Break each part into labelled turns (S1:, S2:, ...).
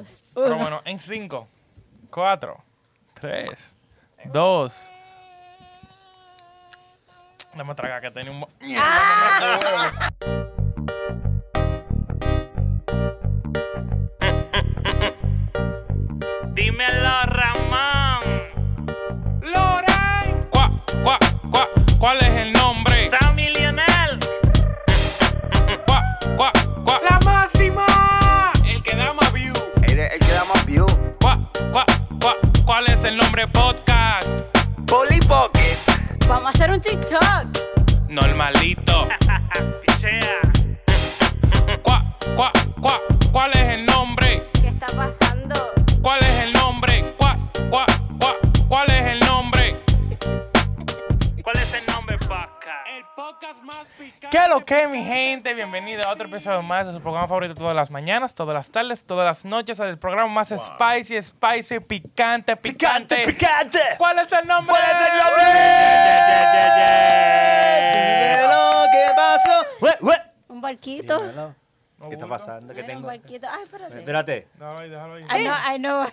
S1: Dios.
S2: Pero bueno, en 5, 4, 3, 2. Dame traga que tenía un. mo-
S3: Dímelo, Ramón. Loray.
S2: Cuá, cuá, cuá, ¿Cuál es el nombre?
S3: Sammy Lionel.
S2: Cuá, cuá, cuá,
S3: La máxima.
S2: El que da más view.
S4: Eres el que da más view.
S2: Cuá, cuá, cuá, ¿Cuál es el nombre podcast?
S4: Polly Pocket.
S1: Vamos a hacer un TikTok.
S2: Normalito.
S3: Pichea.
S2: Cuá, cuá, cuá, ¿Cuál es el nombre?
S1: ¿Qué está pasando?
S2: ¿Cuál es el nombre? Cuá, cuá, cuá, ¿Cuál es el nombre?
S3: ¿Cuál es el nombre, Paca?
S2: El podcast más picante. ¿Qué lo que, mi gente? Bienvenido a otro episodio más de su programa favorito todas las mañanas, todas las tardes, todas las noches. El programa más spicy, spicy, picante, picante.
S5: Picante, picante.
S2: ¿Cuál es el nombre?
S5: ¿Cuál es el nombre? Dímelo, ¿qué pasó? Ué, ué.
S1: ¿Un barquito?
S5: Dímelo. ¿Qué está pasando? ¿Qué
S1: Era Un
S5: tengo?
S1: barquito. Ay, espérate. Ah,
S5: Espérate.
S2: Déjalo ahí, déjalo ahí.
S1: I know, I know.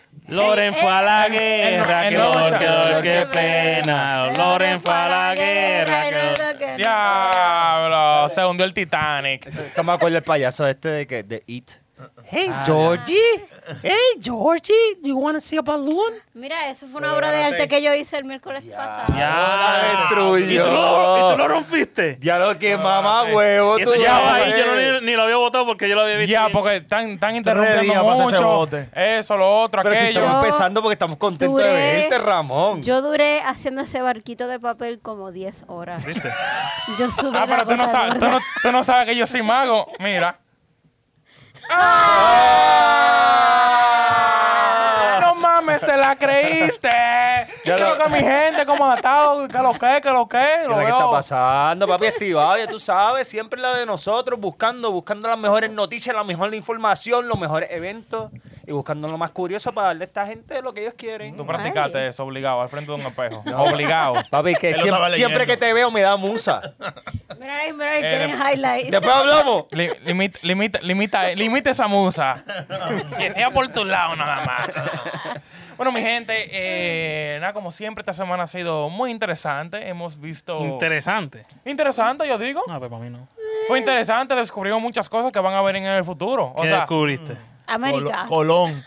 S6: Loren fue a
S1: Eh,
S6: la guerra,
S2: El
S6: qué
S2: no- el
S6: dolor,
S2: no-
S6: Eh, qué dolor, qué pena. Loren fue a la guerra, qué dolor.
S2: Diablo, se hundió el Titanic.
S5: Esto me acuerdo el payaso este de que de It. Ah, Hey Georgie, hey Georgie, you wanna see a balloon?
S1: Mira, eso fue una obra de arte que yo hice el miércoles pasado.
S6: Ya.
S5: Ah, destruyó.
S6: ¿Y tú, lo, y tú lo rompiste?
S5: Ya lo que mamá huevo.
S6: Y eso
S5: tú
S6: ya
S5: lo
S6: va ahí,
S5: ves.
S6: yo no, ni, ni lo había votado porque yo lo había visto.
S2: Ya, porque están, están interrumpiendo
S7: días para hacer ese
S2: mucho.
S7: bote.
S2: Eso, lo otro,
S5: Pero si
S2: aquello. Ah,
S5: estamos empezando porque estamos contentos de
S1: Duré-
S5: verte, Ramón.
S1: Yo duré haciendo ese barquito de papel como 10 horas.
S6: ¿Viste?
S1: Yo subí
S2: Ah,
S1: la
S2: pero tú no, sabes, tú,
S1: botadora.
S2: no, tú no sabes que yo soy mago. Mira. ¡Ah! No mames, te la creíste. Yo
S5: Ya
S2: creo
S5: lo-
S2: que mi gente como atado, que lo que, que lo que.
S5: ¿Qué
S2: Lo
S5: es la que está
S2: veo.
S5: pasando, papi? Estivado, ya tú sabes, siempre la de nosotros, buscando, buscando las mejores noticias, la mejor información, los mejores eventos y buscando lo más curioso para darle a esta gente lo que ellos quieren.
S2: Tú practicaste eso obligado, al frente de un espejo. Obligado.
S5: Papi, que
S7: Él lo
S5: siempre,
S7: estaba leyendo.
S5: siempre que te veo me da musa.
S1: Mira ahí, mira ahí,
S2: Eh,
S1: tienen highlight.
S5: Después hablamos.
S2: Li- limita, limita, limita, limita esa musa. que sea por tu lado nada más. Bueno, mi gente, eh, nada, como siempre, esta semana ha sido muy interesante. Hemos visto.
S6: Interesante.
S2: interesante, yo digo.
S6: No, pero para mí no.
S2: Fue interesante, descubrimos muchas cosas que van a venir en el futuro. O
S6: ¿Qué
S2: sea,
S6: descubriste?
S1: América.
S7: Colo- Colón.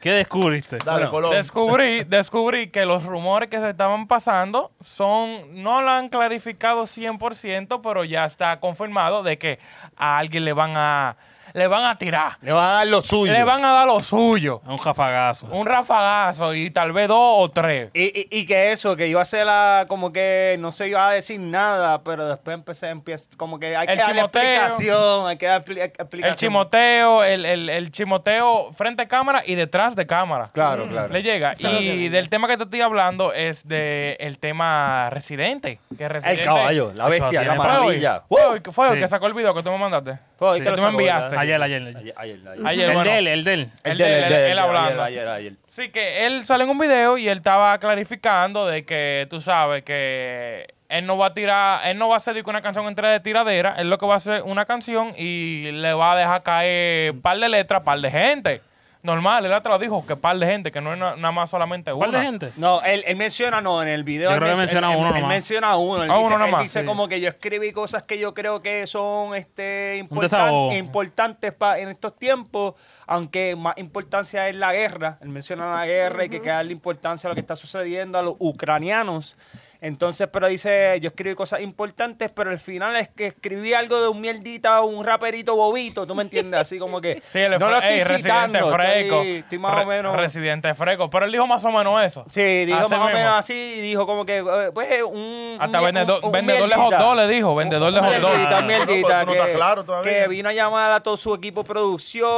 S6: ¿Qué descubriste?
S7: Dale,
S5: Bueno,
S7: Colón.
S2: descubrí, descubrí que los rumores que se estaban pasando son, no lo han clarificado 100%, pero ya está confirmado de que a alguien le van a, le van a tirar.
S5: Le van a dar lo suyo.
S2: Le van a dar lo suyo.
S6: A un jafagazo.
S2: Un rafagazo y tal vez dos o tres.
S5: Y, y- y que eso, que iba a ser la, como que no se iba a decir nada, pero después empecé, empieza, como que hay que
S2: El
S5: darle
S2: chimoteo.
S5: explicación, hay que dar expli- explicación.
S2: El chimoteo, el, el- el chimoteo frente a cámara y detrás de cámara.
S5: Claro, claro.
S2: Le llega. Y del tema que te estoy hablando es de el tema residente. Que
S5: El
S2: Residente-
S5: caballo, la bestia, la
S2: Fue
S6: tiene-
S2: hoy.
S5: maravilla.
S2: Fue hoy, que- fue hoy
S6: Sí.
S2: que sacó el video que tú me mandaste.
S5: Fue hoy
S2: que
S5: Pues, que lo
S2: tú me
S5: sacó, ¿verdad?
S2: enviaste.
S6: Ayer, ayer. ayer.
S5: Ayer, ayer, ayer.
S2: Ayer,
S6: el
S2: bueno.
S6: de él, el de él.
S2: El de él, el de él hablando.
S5: Ayer, ayer,
S2: Sí, que él sale en un video y él estaba clarificando de que tú sabes que él no va a tirar, él no va a hacer de que una canción entre de tiradera, él lo que va a hacer una canción y le va a dejar caer par de letras, par de gente. Normal, él te lo dijo, que par de gente, que no es na- nada más solamente una.
S6: ¿Cuál de gente?
S5: No, él, él menciona, no, en el video.
S6: Yo
S5: él
S6: creo que
S5: men-
S6: menciona
S5: él-
S6: uno
S5: él- Él
S6: nomás.
S5: menciona uno. Él
S2: Ah,
S5: dice,
S2: uno nomás,
S5: él dice
S2: sí.
S5: como que yo escribí cosas que yo creo que son este, importan-
S6: desahogo.
S5: importantes pa- en estos tiempos, aunque más importancia es la guerra. Él menciona la guerra y que hay que darle importancia a lo que está sucediendo a los ucranianos. Entonces, pero dice, yo escribí cosas importantes, pero al final es que escribí algo de un mierdita, un raperito bobito, ¿tú me entiendes? Así como que
S2: Sí, él es
S5: no lo
S2: fre- ey,
S5: estoy
S2: residente
S5: citando,
S2: fresco.
S5: estoy, estoy más o
S2: Re-
S5: menos...
S2: Residente fresco. Pero él dijo más o menos eso.
S5: Sí, dijo
S2: Así
S5: más o
S2: mismo.
S5: menos así y dijo como que, eh, pues, un.
S2: Hasta
S5: un-
S2: vendedor,
S5: un- un
S2: vendedor de
S5: mierdita.
S2: hot dog le dijo. Vendedor de
S5: Un
S2: hot dog.
S5: mierdita,
S7: Ah,
S5: un
S7: no,
S5: mierdita,
S7: pero tú no
S5: que,
S7: estás claro todavía.
S5: que vino a llamar a todo su equipo de producción,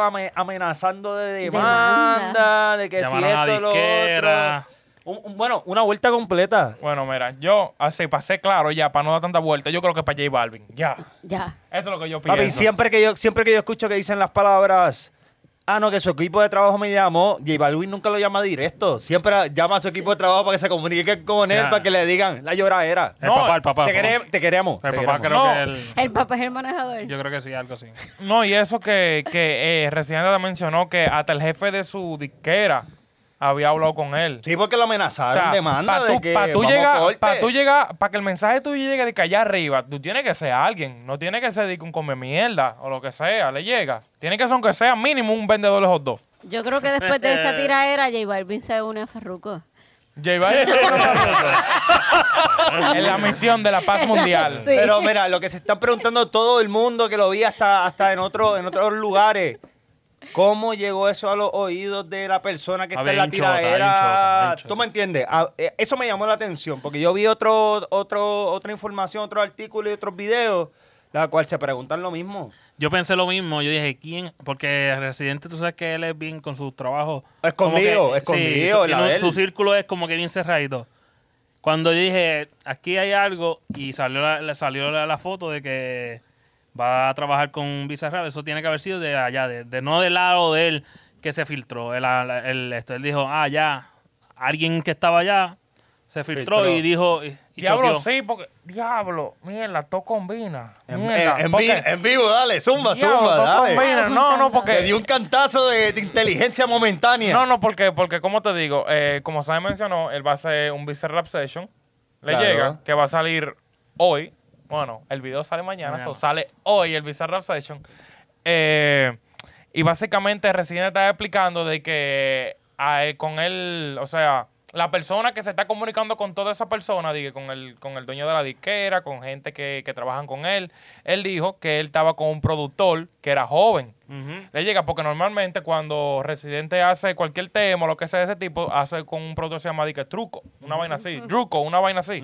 S5: ame- amenazando de demanda,
S1: Demanda.
S5: de que
S6: Llamaron a
S5: si esto, lo
S6: disquera.
S5: otro. Un- un- bueno, una vuelta completa.
S2: Bueno, mira, yo, así, para ser claro ya, para no dar tanta vuelta, yo creo que para J Balvin. Ya.
S1: Ya.
S2: Eso es lo que yo pienso.
S5: Papi, siempre que yo, siempre que yo escucho que dicen las palabras Ah, no, que su equipo de trabajo me llamó. J Balvin nunca lo llama directo. Siempre llama a su equipo de trabajo para que se comunique con él,
S6: Ya.
S5: para que le digan la lloradera.
S6: El
S2: No,
S6: papá, el papá.
S5: te,
S6: el
S5: quere-
S6: papá.
S5: te
S2: Eh,
S5: queremos.
S6: El
S5: te
S6: papá creo
S5: queremos.
S2: No.
S6: que él.
S1: El papá es el manejador.
S6: Yo creo que sí, algo así.
S2: No, y eso que, que eh, Residente mencionó que hasta el jefe de su disquera había hablado con él.
S5: Sí, porque lo
S2: O
S5: amenazaron
S2: sea,
S5: demanda
S2: pa'
S5: de
S2: tú-
S5: que
S2: pa' tú
S5: vamos a
S2: llegar-
S5: corte.
S2: pa' tú llegar- pa' que el mensaje tuyo llegue de que allá arriba, tú tienes que ser alguien, no tiene que ser de que un come mierda o lo que sea, le llega. Tiene que ser aunque sea mínimo un vendedor de hot dog.
S1: Yo creo que después de esta tiraera, J Balvin se une a Ferruco.
S2: J Balvin. en la misión de la paz mundial.
S1: Sí.
S5: Pero mira, lo que se están preguntando todo el mundo que lo vi hasta, hasta en, otro, en otros lugares. ¿Cómo llegó eso a los oídos de la persona que está
S6: Había
S5: en la
S6: hinchota, había
S5: tiradera?
S6: hinchota, había hinchota.
S5: ¿Tú me entiendes? Ah, eh, Eso me llamó la atención porque yo vi otro, otro, otra información, otro artículo y otros videos, la cual se preguntan lo mismo.
S6: Yo pensé lo mismo, yo dije, ¿quién? Porque Residente, tú sabes que él es bien con sus trabajos.
S5: Escondido,
S6: como que-
S5: escondido,
S6: su-
S5: la
S6: tiene un-
S5: de él.
S6: su círculo es como que bien cerradito. Cuando yo dije, aquí hay algo, y salió la, la- salió la, la foto de que va a trabajar con Bizarrap, eso tiene que haber sido de allá, de, de- no del lado de él que se filtró. Él, la- el- esto, él dijo, ah, ya, alguien que estaba allá se filtró,
S5: Filtró.
S6: y dijo, y, y
S2: Diablo,
S6: choteó.
S2: sí, porque. Diablo, mierda, todo combina.
S5: En, eh,
S2: Mierda,
S5: en- en
S2: porque-
S5: vi- en vivo, dale, zumba,
S2: diablo,
S5: zumba,
S2: todo
S5: dale.
S2: combina. No, no,
S5: Le
S2: porque.
S5: dio un cantazo de, de inteligencia momentánea.
S2: No, no, porque, porque como te digo, eh, como Sam mencionó, él va a hacer un Vice Rap Session. Le
S5: Claro.
S2: llega, que va a salir hoy. Bueno, el video sale mañana,
S6: Mañana.
S2: so sale hoy el Vice Rap Session. Eh, y básicamente recién está explicando de que a él- con él, o sea, la persona que se está comunicando con toda esa persona, dije, con el, con el dueño de la disquera, con gente que, que trabajan con él, él dijo que él estaba con un productor que era joven. Le llega porque normalmente cuando Residente hace cualquier tema, lo que sea de ese tipo, hace con un productor que se llama Dique Truco, una vaina así, Truco, una vaina así.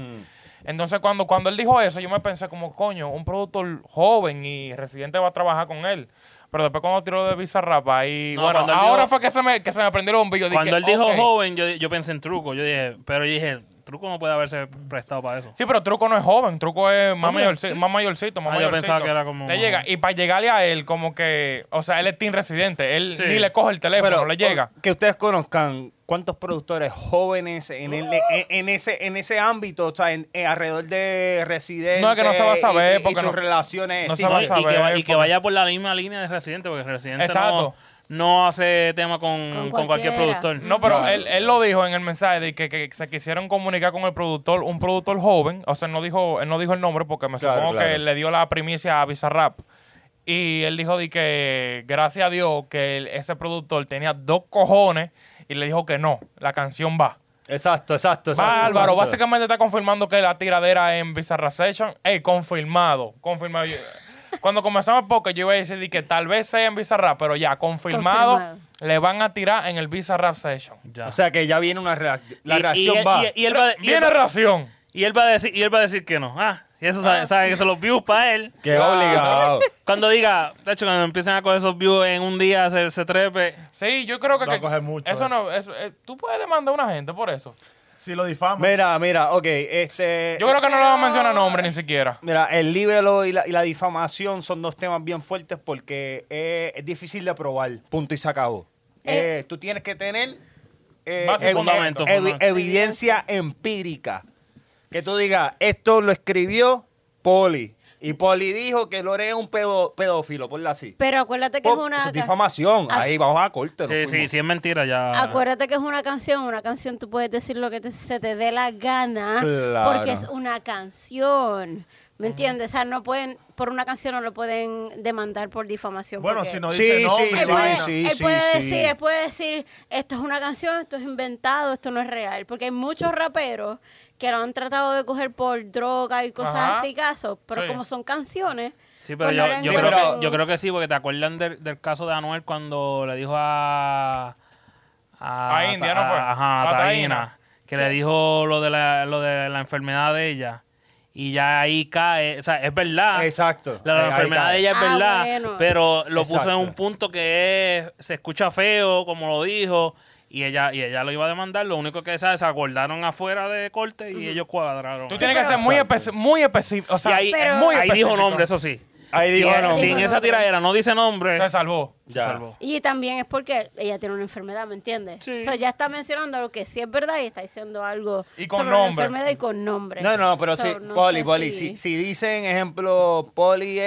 S2: Entonces cuando, cuando él dijo eso, yo me pensé como, coño, un productor joven y Residente va a trabajar con él. Pero después cuando tiró de Bizarrap, ahí,
S6: No,
S2: bueno,
S6: cuando él
S2: ahora
S6: dijo-
S2: fue que se me, que se me prendió el bombillo. Dije,
S6: Cuando él dijo
S2: "Ok".
S6: joven, yo, yo pensé en truco. Yo dije, pero yo dije, truco no puede haberse prestado para eso.
S2: Sí, pero Truco no es joven, Truco es más,
S6: Hombre,
S2: mayorci-
S6: sí.
S2: más mayorcito, más
S6: Ah, yo
S2: mayorcito.
S6: pensaba que era como
S2: Le
S6: más
S2: llega,
S6: joven.
S2: y para llegarle a él, como que, o sea, él es team residente, él
S6: Sí.
S2: ni le coge el teléfono,
S5: Pero,
S2: le llega.
S5: o- Que ustedes conozcan cuántos productores jóvenes en, el- en- en ese, en ese ámbito, o sea, en- en alrededor de residentes.
S2: No, es que no se va a saber,
S5: y- y- y
S2: porque
S5: sus
S2: no-
S5: relaciones.
S2: no
S5: sí,
S2: se va a
S6: y, y
S2: saber,
S6: que, va- y
S2: porque-
S6: que vaya por la misma línea de Residente, porque Residente
S2: Exacto.
S6: no, no hace tema con,
S1: Con
S6: con cualquier
S1: cualquiera.
S6: productor.
S2: No, pero él, él lo dijo en el mensaje de que, que se quisieron comunicar con el productor, un productor joven. O sea, él no dijo, él no dijo el nombre porque me
S5: Claro,
S2: supongo que
S5: claro.
S2: le dio la primicia a Bizarrap. Y él dijo de que gracias a Dios que el- ese productor tenía dos cojones y le dijo que no, la canción va.
S5: Exacto, exacto, exacto.
S2: Va, Álvaro,
S5: exacto.
S2: básicamente está confirmando que la tiradera en Bizarra Session. Ey, confirmado. Confirmado. Yo- Cuando comenzamos el podcast, yo iba a decir de que tal vez sea en Bizarrap, pero ya, confirmado,
S1: Confirmado.
S2: le van a tirar en el Bizarrap Session.
S6: Ya.
S5: O sea, que ya viene una reac- La
S6: Y- y
S5: reacción
S6: él-
S5: va.
S6: y- y él va- y él
S2: Viene
S6: va-
S2: ración.
S6: y él va a decir, y él va a decir que no. Ah, y eso sabe, sabe que son los views para él.
S5: que obligado.
S6: Cuando diga, de hecho, cuando empiecen a coger esos views en un día, se, se trepe.
S2: Sí, yo creo que.
S7: Va a
S2: que-
S7: coger mucho
S2: Eso,
S7: eso.
S2: no. eso, eh, tú puedes demandar a una gente por eso.
S7: Si lo difama.
S5: Mira, mira, ok, este.
S2: Yo creo que no le van a mencionar nombre ni siquiera.
S5: Mira, el libelo y la, y la difamación son dos temas bien fuertes porque eh, es difícil de probar. Punto y se acabó.
S1: Eh.
S5: Eh, tú tienes que tener eh,
S2: Base y
S5: evi-
S6: fundamento,
S5: evi-
S6: fundamento.
S5: evidencia empírica. Que tú digas, esto lo escribió Poli. Y Poli dijo que Lore es un pedo- pedófilo, por así.
S1: Pero acuérdate que es
S5: Po-
S1: una. Ah.
S5: Eso es
S1: ca-
S5: difamación.
S1: a-
S5: Ahí vamos a corte.
S6: Sí,
S5: nos
S6: sí,
S5: fuimos.
S6: si es mentira, ya.
S1: Acuérdate que es una canción, una canción tú puedes decir lo que te- se te dé la gana
S5: Claro.
S1: porque es una canción. ¿Me entiendes? O sea, no pueden, por una canción no lo pueden demandar por difamación.
S7: bueno,
S1: porque-
S7: si no
S5: Sí,
S7: dice
S5: sí,
S7: nombre,
S1: Él
S5: sí,
S1: puede,
S7: vaina.
S5: sí,
S1: él
S5: sí,
S1: puede
S5: sí.
S1: decir, él puede decir, esto es una canción, esto es inventado, esto no es real. Porque hay muchos raperos que lo han tratado de coger por droga y cosas
S2: Ajá.
S1: así, casos, pero
S2: Sí.
S1: como son canciones.
S6: Sí, pero
S1: pues
S6: yo,
S1: no eran
S6: yo
S5: Sí,
S6: creo
S5: pero-
S6: que, yo creo que sí, porque te acuerdan del, del caso de Anuel cuando le dijo a. A,
S2: A India, ¿no fue?
S6: Ajá, a
S2: A Taína.
S6: Taína, Que le dijo lo de, la, lo de la enfermedad de ella. Y ya ahí cae. O sea, es verdad.
S5: Exacto.
S6: La,
S5: Ahí- ahí
S6: enfermedad
S5: cae.
S6: de ella es
S1: Ah,
S6: verdad.
S1: bueno.
S6: Pero lo puso en
S5: Exacto.
S6: un punto que es, se escucha feo, como lo dijo. Y ella, y ella lo iba a demandar. Lo único que ¿sabes? se acordaron afuera de corte y ellos cuadraron.
S2: Tú tienes que ser muy,
S5: Exacto.
S2: especi- muy específico. O
S6: y
S2: sea,
S6: ahí,
S1: Pero-
S2: muy
S6: ahí dijo
S2: específico.
S6: nombre, eso sí.
S5: Ahí digo,
S6: Sin-
S5: no.
S6: sin esa tiradera, no dice nombre.
S2: Se salvó.
S6: Se salvó.
S1: Y también es porque ella tiene una enfermedad, ¿me entiendes?
S6: Sí.
S1: O sea, ya está mencionando lo que sí es verdad y está diciendo algo
S2: Y con
S1: sobre
S2: nombre.
S1: la enfermedad y con nombre.
S5: No, no, pero
S1: So,
S5: sí,
S1: no
S5: Poli,
S1: sé
S5: Poli.
S1: si-
S5: Si, si dicen, ejemplo, Poli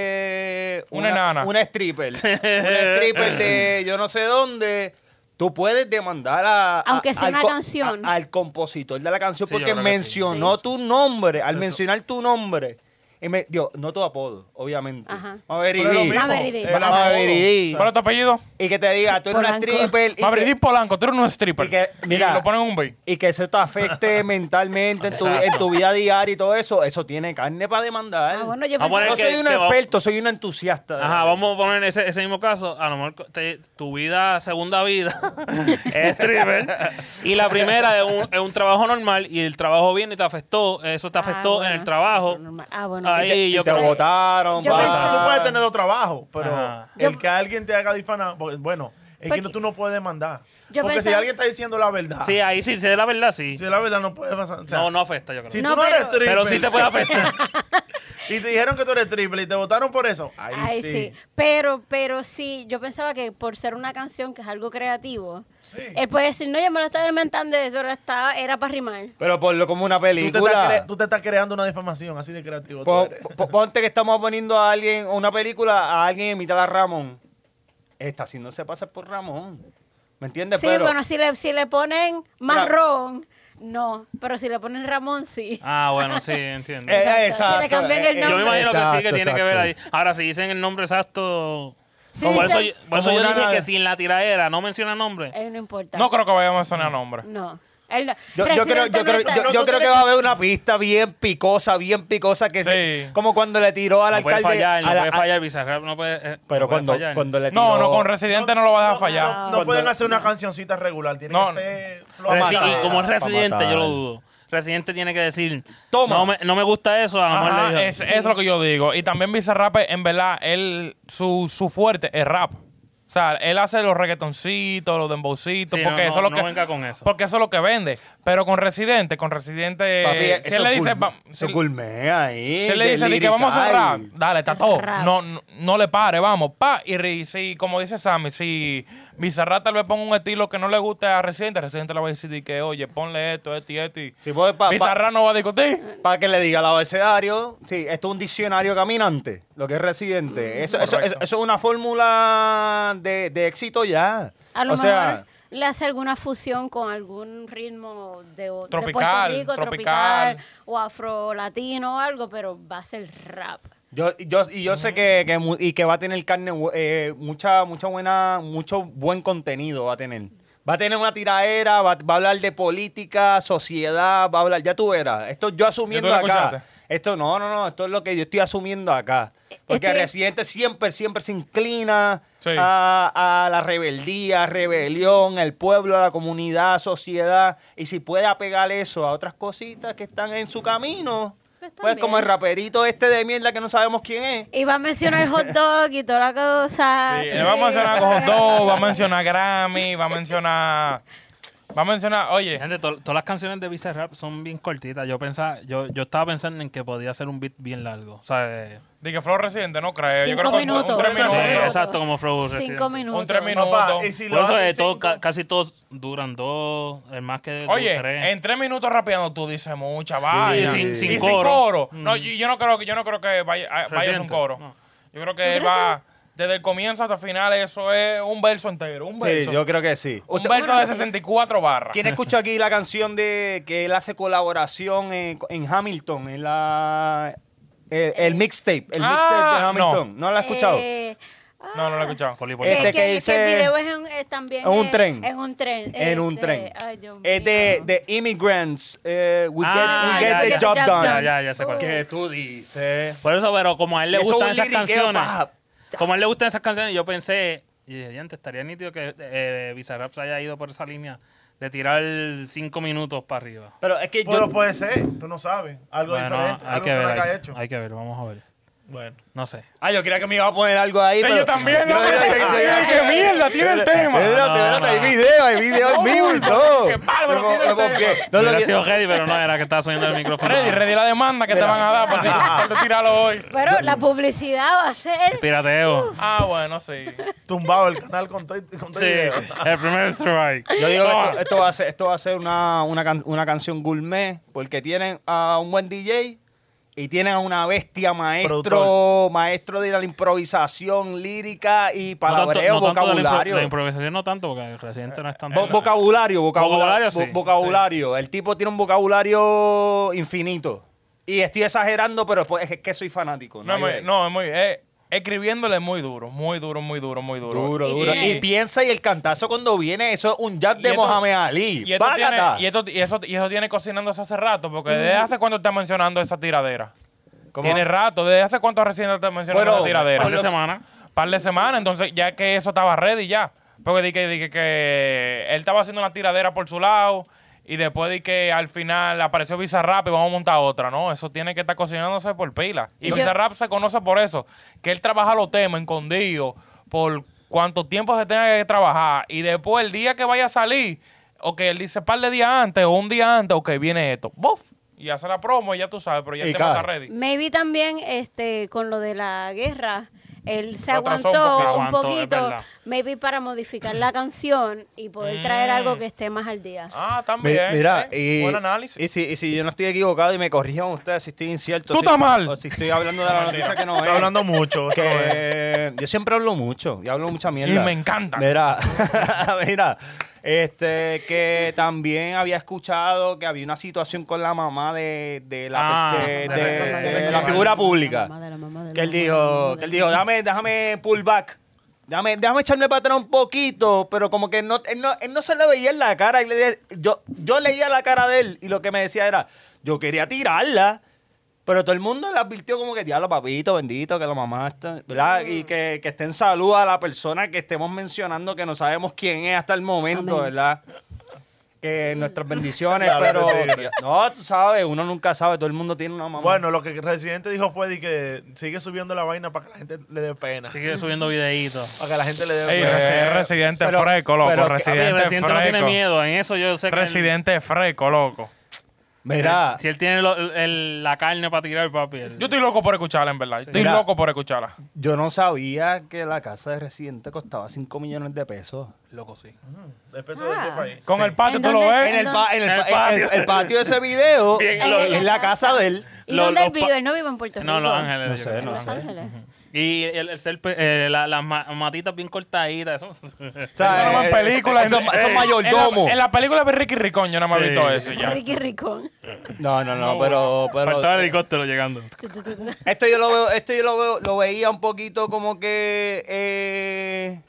S5: es.
S2: Una enana.
S5: Una stripper. una stripper de yo no sé dónde. Tú puedes demandar a. a-
S1: Aunque sea
S5: al
S1: una
S5: co-
S1: canción.
S5: a- al compositor de la canción
S6: Sí, yo
S5: porque
S6: creo que sí.
S5: mencionó tu nombre. Al mencionar tu nombre. y me- Dios, no tu apodo, obviamente.
S1: Ajá.
S5: Maverick
S2: Pero es lo
S5: D.
S2: mismo.
S1: Maverick D.
S5: Eh,
S2: Es lo mismo.
S6: Ah,
S5: Maverick D.
S2: ¿Cuál es tu apellido?
S5: Y que te diga, tú eres una
S1: Polanco.
S5: stripper. y
S2: Maverick
S5: que-
S2: D. Polanco, tú eres un stripper.
S5: y que, mira,
S2: Y lo ponen en un bait.
S5: y que eso te afecte mentalmente en tu,
S6: Exacto.
S5: en tu vida diaria y todo eso, eso tiene carne para demandar.
S1: Ah, bueno, yo
S6: Ah, bueno,
S1: pensaba-
S5: no
S6: es que-
S5: soy un
S6: que va-
S5: experto, soy un entusiasta.
S6: Ajá, vamos a poner ese, ese mismo caso. A lo mejor te- tu vida, segunda vida, es stripper. y la primera es un, es un trabajo normal y el trabajo viene y te afectó. Eso te
S1: Ah,
S6: afectó
S1: bueno.
S6: en el trabajo.
S1: Normal. Ah, bueno.
S6: Ahí
S5: Y
S6: yo
S5: te
S6: creo-
S5: votaron,
S1: Yo
S5: vas
S1: pensé-
S5: a-
S7: Tú puedes tener dos trabajos, pero
S6: Ah. Ajá.
S7: el que alguien te haga difamar, porque, bueno, es que
S1: Porque-
S7: no, tú no puedes demandar.
S1: Yo
S7: Porque si
S1: pensaba-
S7: alguien está diciendo la verdad,
S6: Sí, ahí sí, sí, la verdad sí.
S7: si la verdad no puede pasar. o sea,
S6: no, no afecta, yo creo.
S7: Si
S1: No,
S7: tú no eres
S1: pero-
S7: triple.
S6: Pero sí te puede afectar.
S7: y te dijeron que tú eres triple y te votaron por eso. Ahí,
S1: Ay, sí.
S7: sí.
S1: Pero, pero sí, yo pensaba que por ser una canción que es algo creativo,
S7: Sí.
S1: él puede decir, no, yo me lo estaba inventando desde ahora estaba, era para rimar.
S5: Pero ponlo como una
S7: Tú, te estás
S5: película.
S7: cre- tú te estás creando una difamación así de creativo. tú
S6: Pues,
S5: Po-
S7: eres.
S5: po- Ponte que estamos poniendo a alguien, una película, a alguien imitar a Ramón. Está haciéndose pasar por Ramón. ¿Me entiendes?
S1: Sí,
S5: pero,
S1: bueno, si le, si le ponen
S5: Claro.
S1: marrón, no. Pero si le ponen Ramón, sí.
S6: Ah, bueno, sí, entiendo.
S5: Eh,
S1: Exacto,
S5: exacto,
S1: si le cambian el
S5: eh,
S6: yo me
S1: nombre.
S6: imagino que sí, que
S5: exacto,
S6: tiene que
S5: exacto.
S6: ver ahí. Ahora, si dicen el nombre exacto.
S1: Sí, Eh,
S6: por eso,
S1: sí.
S6: yo- por eso
S5: Como
S6: yo
S5: una
S6: dije
S5: nave.
S6: que sin la tiradera no menciona nombre.
S1: Él no importa.
S2: No creo que vayamos a sonar nombre.
S1: No. Él no.
S5: Yo, yo creo, yo,
S1: Residente
S5: creo,
S1: no está-
S5: yo- yo creo que va a haber una pista bien picosa, bien picosa, que se-
S2: Sí.
S5: como cuando le tiró al
S6: no puede
S5: alcalde.
S6: fallar, no
S5: a la-
S6: puede
S5: a-
S6: fallar, Bizarrap no puede. eh,
S5: Pero
S6: no puede
S5: cuando,
S6: fallar.
S5: cuando le tiró.
S2: No, no, con Residente no lo va a dejar fallar.
S7: No, no pueden hacer una cancioncita regular, tiene
S2: No,
S7: que ser flow
S6: Pero sí,
S7: amarrado.
S6: y como es
S5: para
S6: residente,
S5: matar.
S6: yo lo dudo. Residente tiene que decir,
S5: Toma.
S6: No, me, no me gusta eso, a lo mejor
S2: Ajá,
S6: le dijo.
S2: es, es lo que yo digo. Y también Bizarrap, en verdad, él, su, su fuerte es rap. O sea, él hace los reggaetoncitos, los dembowcitos,
S6: Sí,
S2: porque
S6: no,
S2: eso
S6: no,
S2: es lo
S6: no
S2: que
S6: venga con eso.
S2: porque eso es lo que vende. Pero con Residente, con Residente,
S5: Papi,
S2: si él le dice, va-
S5: se
S2: si-
S5: ahí.
S2: Si él le
S5: de
S2: dice de que
S5: lirical.
S2: vamos a cerrar, dale, está todo.
S1: Rap.
S2: No, no, no le pare, vamos, pa. Y re- si, como dice Sammy, si Bizarra tal vez ponga un estilo que no le guste a Residente, Residente le va a decir de que, oye, ponle esto, esto y esto. y-
S5: Sí, pues, pa- pa-
S2: Bizarra no va a discutir.
S5: Para que le diga al abecedario, sí, esto es un diccionario caminante, lo que es residente. Eso, eso,
S2: Correcto.
S5: eso- eso es una fórmula de, de éxito ya.
S1: A lo
S5: o
S1: mejor
S5: sea,
S1: le hace alguna fusión con algún ritmo de, o- de
S2: Tropical,
S1: Puerto Rico,
S2: tropical.
S1: tropical, o afro-latino o algo, pero va a ser rap.
S5: yo, yo, y yo sé que, que mu- y que va a tener carne, bu- eh, mucha, mucha buena, mucho buen contenido va a tener. Va a tener una tiraera, va, va a hablar de política, sociedad, va a hablar, ya tú verás. Esto yo asumiendo
S2: lo
S5: acá.
S2: escuchaste?
S5: Esto no, no, no, esto es lo que yo estoy asumiendo acá. Porque
S1: Estoy-
S5: Residente siempre, siempre se inclina
S2: Sí.
S5: a, a la rebeldía, rebelión, el pueblo, a la comunidad, sociedad. Y si puede apegar eso a otras cositas que están en su camino,
S1: Pues está
S5: pues como el
S1: bien.
S5: raperito este de mierda que no sabemos quién es.
S1: Y va a mencionar hot dog y toda la cosa.
S2: Sí,
S1: así.
S2: le va a mencionar con dos, va a mencionar Grammy, va a mencionar. Va a mencionar, oye,
S6: Gente, to- todas las canciones de Bizarrap son bien cortitas. Yo pensaba, yo, yo estaba pensando en que podía ser un beat bien largo. O sea, eh,
S2: de que Flor Residente, no creo.
S1: Cinco
S2: yo creo que un-
S1: minutos.
S2: un tres
S7: Sí,
S2: minutos.
S7: sí,
S6: exacto, como Flow
S1: Cinco
S6: Residente.
S1: minutos.
S2: Un tres minutos.
S7: Papá, y si
S6: por
S7: lo
S6: eso
S7: hace
S6: eh, todo-
S7: cinco-
S6: ca- casi todos duran dos, el más que
S2: Oye,
S6: dos, tres.
S2: en tres minutos rapeando tú dices mucha vaina.
S6: sin-
S2: y
S6: sin
S2: sin coro.
S6: coro.
S2: No, yo, yo no creo que yo no creo que vaya, a- vaya a ser un
S6: Residente,
S2: coro.
S6: no.
S2: Yo creo que él va desde el comienzo hasta el final eso es un verso entero, un verso.
S5: Sí, yo creo que sí.
S2: un
S5: Usted-
S2: verso de 64 barras.
S5: ¿Quién escucha aquí la canción de que él hace colaboración en, en Hamilton? En la, el, el mixtape. El
S2: Ah,
S5: mixtape de
S2: no.
S5: Hamilton. ¿No, la has escuchado?
S1: Eh, ah,
S2: No, no lo he escuchado.
S6: Poli, poli.
S1: que- que,
S5: este que
S1: que
S5: dice-
S1: el video es en- eh, también
S5: en un
S1: es-
S5: tren.
S1: En un tren.
S5: en un
S1: Este,
S5: tren.
S1: ay, Dios
S5: es de,
S1: mío.
S5: de Immigrants. eh, we
S6: Ah,
S5: get, we
S6: ya,
S5: get the
S6: ya,
S5: job
S1: ya,
S5: done.
S6: Ya, ya, ya sé cuál.
S5: Que tú dices.
S6: Por eso, pero como a él le
S5: Eso es
S6: gustan
S5: un
S6: esas
S5: liriqueo,
S6: canciones,
S5: pa.
S6: como a él le gustan esas canciones, yo pensé, y dije, "Diantre, estaría nítido que eh, Bizarrap se haya ido por esa línea de tirar cinco minutos para arriba.
S5: Pero es que yo.
S7: Pero puede ser, tú no sabes. Algo
S6: Eh, Bueno,
S7: diferente.
S6: hay
S7: algo
S6: que ver,
S7: nunca
S6: hay,
S7: hecho.
S6: hay que ver, vamos a ver.
S7: Bueno.
S6: No sé.
S5: Ah, yo creía que me iba a poner algo ahí.
S2: Sí,
S5: pero...
S2: yo también,
S5: Yo-
S2: ¿no?
S5: yo- yo- yo-
S2: ¡Qué mierda! Tiene el tema.
S5: Espérate, espérate, hay video, hay video en vivo y todo.
S2: Qué bárbaro,
S5: Lo-
S2: tiene
S5: lo
S2: el tema.
S5: copié. No
S6: No
S5: lo
S6: hubiera
S5: que-
S6: sido ready, pero no era que estaba sonando el micrófono.
S2: Ready, ready la demanda que te van a dar por si por tirarlo hoy.
S1: Pero la publicidad va a ser.
S6: Pirateo.
S2: Ah, bueno, sí.
S7: Tumbado el canal con todo con todo
S6: Sí,
S7: video.
S6: el primer strike.
S5: Yo digo que esto, esto va a ser, esto va a ser una, una, can- una canción gourmet porque tienen a un buen DJ y tienen a una bestia maestro,
S7: Productor.
S5: maestro de la improvisación lírica y
S6: No tanto-
S5: palabreo,
S6: no tanto de la impro-
S5: vocabulario.
S6: La, improvisación no tanto, porque el reciente no es tanto.
S5: Vo- vocabulario, vocabulario.
S6: Vocabulario,
S5: vo-
S6: sí.
S5: vocabulario. El tipo tiene un vocabulario infinito. Y estoy exagerando, pero pues, es que soy fanático.
S2: No,
S5: hay
S2: me-
S5: break.
S2: no, es muy. eh, escribiéndole es muy duro, muy duro, muy duro, muy duro.
S5: Duro,
S1: Y
S5: duro.
S1: tiene-
S5: Y piensa y el cantazo cuando viene, eso es un jab
S2: Y
S5: de
S2: esto-
S5: Mohamed Ali.
S2: Y, esto tiene,
S5: Bácata.
S2: y, esto, y, eso, y eso tiene cocinándose hace rato, porque desde hace cuánto está mencionando esa tiradera.
S5: ¿Cómo?
S2: Tiene rato, desde hace cuánto recién está mencionando
S5: Bueno,
S2: esa tiradera.
S6: Par
S5: por
S6: de
S5: lo-
S6: semana.
S2: par de semanas, entonces ya que eso estaba ready ya. Porque di que, di que, que él estaba haciendo una tiradera por su lado y después di que al final apareció Bizarrap y vamos a montar otra, ¿no? Eso tiene que estar cocinándose por pila. Y
S1: Yo-
S2: Bizarrap se conoce por eso, que él trabaja los temas escondidos por cuánto tiempo se tenga que trabajar y después el día que vaya a salir, o que él dice par de días antes o un día antes, o que viene esto, ¡bof! Y hace la promo y ya tú sabes, pero ya
S5: Y
S2: el tema
S5: cae.
S2: está ready.
S1: Maybe también este, con lo de la guerra, él se
S2: Lo atrasó
S1: aguantó
S2: un poco.
S1: un
S6: Se aguantó, es
S1: poquito,
S6: verdad.
S1: maybe para modificar la canción y poder traer algo que esté más al día.
S2: Mm. Ah,
S5: Mi-
S2: también.
S5: Mira,
S2: ¿eh?
S5: y,
S2: Buen análisis.
S5: Y si, y si yo no estoy equivocado y me corrijan ustedes si estoy incierto.
S2: Tú
S5: si-
S2: estás mal.
S5: O si estoy hablando de la noticia que
S6: eh.
S5: no es.
S7: Está hablando mucho. eso no es.
S5: que yo siempre hablo mucho y hablo mucha mierda.
S2: Y me encanta.
S5: Mira, mira, este, que también había escuchado que había una situación con la mamá de, de la,
S6: Ah,
S5: de-
S6: de-
S5: de-
S6: de-
S5: de-
S6: de-
S5: de la
S6: de-
S5: figura
S1: de-
S5: pública.
S1: de la mamá, de la mamá, de la
S5: Que él
S1: mamá, de
S5: dijo,
S1: la
S5: que él dijo, dame, déjame pull back. Déjame, déjame echarme para atrás un poquito, pero como que no, él, no, él no se le veía en la cara. y le- yo, yo leía la cara de él y lo que me decía era, yo quería tirarla, pero todo el mundo le advirtió como que, diablo, papito, bendito, que la mamá está, ¿verdad? Y que, que esté en salud a la persona que estemos mencionando, que no sabemos quién es hasta el momento,
S1: Amén.
S5: ¿verdad? Que nuestras bendiciones,
S7: Claro,
S5: pero...
S7: te digo.
S5: No, tú sabes, uno nunca sabe, todo el mundo tiene una mamá.
S7: Bueno, lo que Residente dijo fue de que sigue subiendo la vaina para que la gente le dé pena.
S6: Sigue subiendo videitos.
S7: Para que la gente le dé
S2: Ey,
S7: pena.
S2: resi- residente
S5: eh, pero-
S2: freco, loco.
S5: pero que-
S6: A mí,
S2: residente
S6: el presidente no tiene
S2: freco.
S6: miedo. En eso yo sé que. él-
S2: Residente freco, loco.
S5: Mira,
S6: si él tiene lo- el- la carne para tirar, papi. él-
S2: Yo estoy loco por escucharla, en verdad. Estoy
S5: Mira.
S2: loco por escucharla.
S5: Yo no sabía que la casa de residente costaba 5 millones de pesos.
S6: Loco, sí.
S7: De peso de este
S1: Ah.
S7: país.
S2: Con el patio
S1: ¿En
S2: tú lo
S1: dónde?
S2: ves.
S5: En el, pa- en
S6: El
S5: el, pa- en el-
S6: patio.
S5: el patio de ese video,
S6: Bien,
S5: en-
S1: lo-
S5: en la casa de él.
S1: ¿Y
S6: Lo-
S1: dónde él
S6: los pa-
S1: vive? Él no vive en Puerto Rico.
S6: No, Los Ángeles.
S5: No
S6: yo
S5: sé,
S6: creo,
S5: no
S6: Los
S5: sé.
S1: Los
S6: Ángeles.
S1: Ángeles.
S6: Y el, el ser pe- eh, la- las ma- matitas bien cortaditas. Eso.
S5: O sea,
S2: Eso no va en
S5: eh,
S2: película,
S5: Esos
S2: en-
S5: esos
S2: eh, En
S5: mayordomos.
S2: la, en la película de Ricky Ricón yo no me he
S6: Sí.
S2: visto eso ya.
S1: Ricky Ricón.
S5: No, no, no, pero.
S6: Faltaba el
S5: pero
S6: helicóptero llegando.
S1: Tu, tu, tu, tu.
S5: esto yo lo veo, esto yo lo veo, lo veía un poquito como que. eh,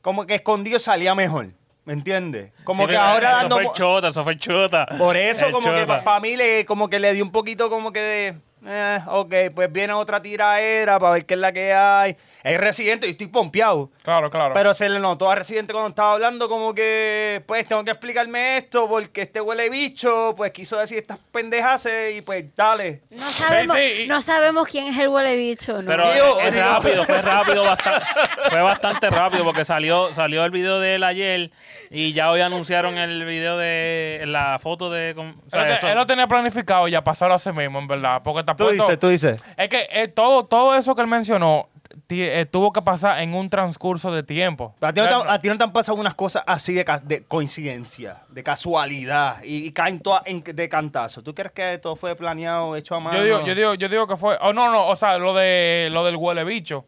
S5: como que escondido salía mejor. ¿Me entiendes? Como
S6: Sí,
S5: que
S6: pero
S5: ahora
S6: eso
S5: dando.
S6: fue
S5: mo-
S6: el chota, eso fue el chota.
S5: Por eso,
S6: El
S5: como que
S6: chota.
S5: para mí le, como que le dio un poquito como que de. eh, ok, pues viene otra tiraera para ver qué es la que hay. Es residente, y estoy pompeado.
S2: Claro, claro.
S5: Pero se le notó a Residente cuando estaba hablando como que, pues, tengo que explicarme esto porque este huele bicho, pues, quiso decir estas pendejaces y pues, dale.
S1: No sabemos,
S2: sí, y-
S1: no sabemos quién es el huele bicho. ¿no?
S6: Pero
S5: Digo,
S6: es
S5: digo.
S6: rápido, fue rápido, bastante, fue bastante rápido porque salió, salió el video de él ayer y ya hoy anunciaron el video de la foto de. con- o sea,
S2: Él lo te-
S6: eso-
S2: él lo tenía planificado ya pasarlo a sí mismo, en verdad. Porque está puesto-
S5: dices.
S2: Es que eh, todo, todo eso que él mencionó ti- eh, tuvo que pasar en un transcurso de tiempo.
S5: A ti, no te, han- a ti no te han pasado unas cosas así de, ca- de coincidencia, de casualidad, y, y caen todas en- de cantazo. ¿Tú crees que todo fue planeado, hecho a mano?
S2: Yo digo, yo digo, yo digo que fue. Oh, no, no, o sea, lo de lo del huele bicho.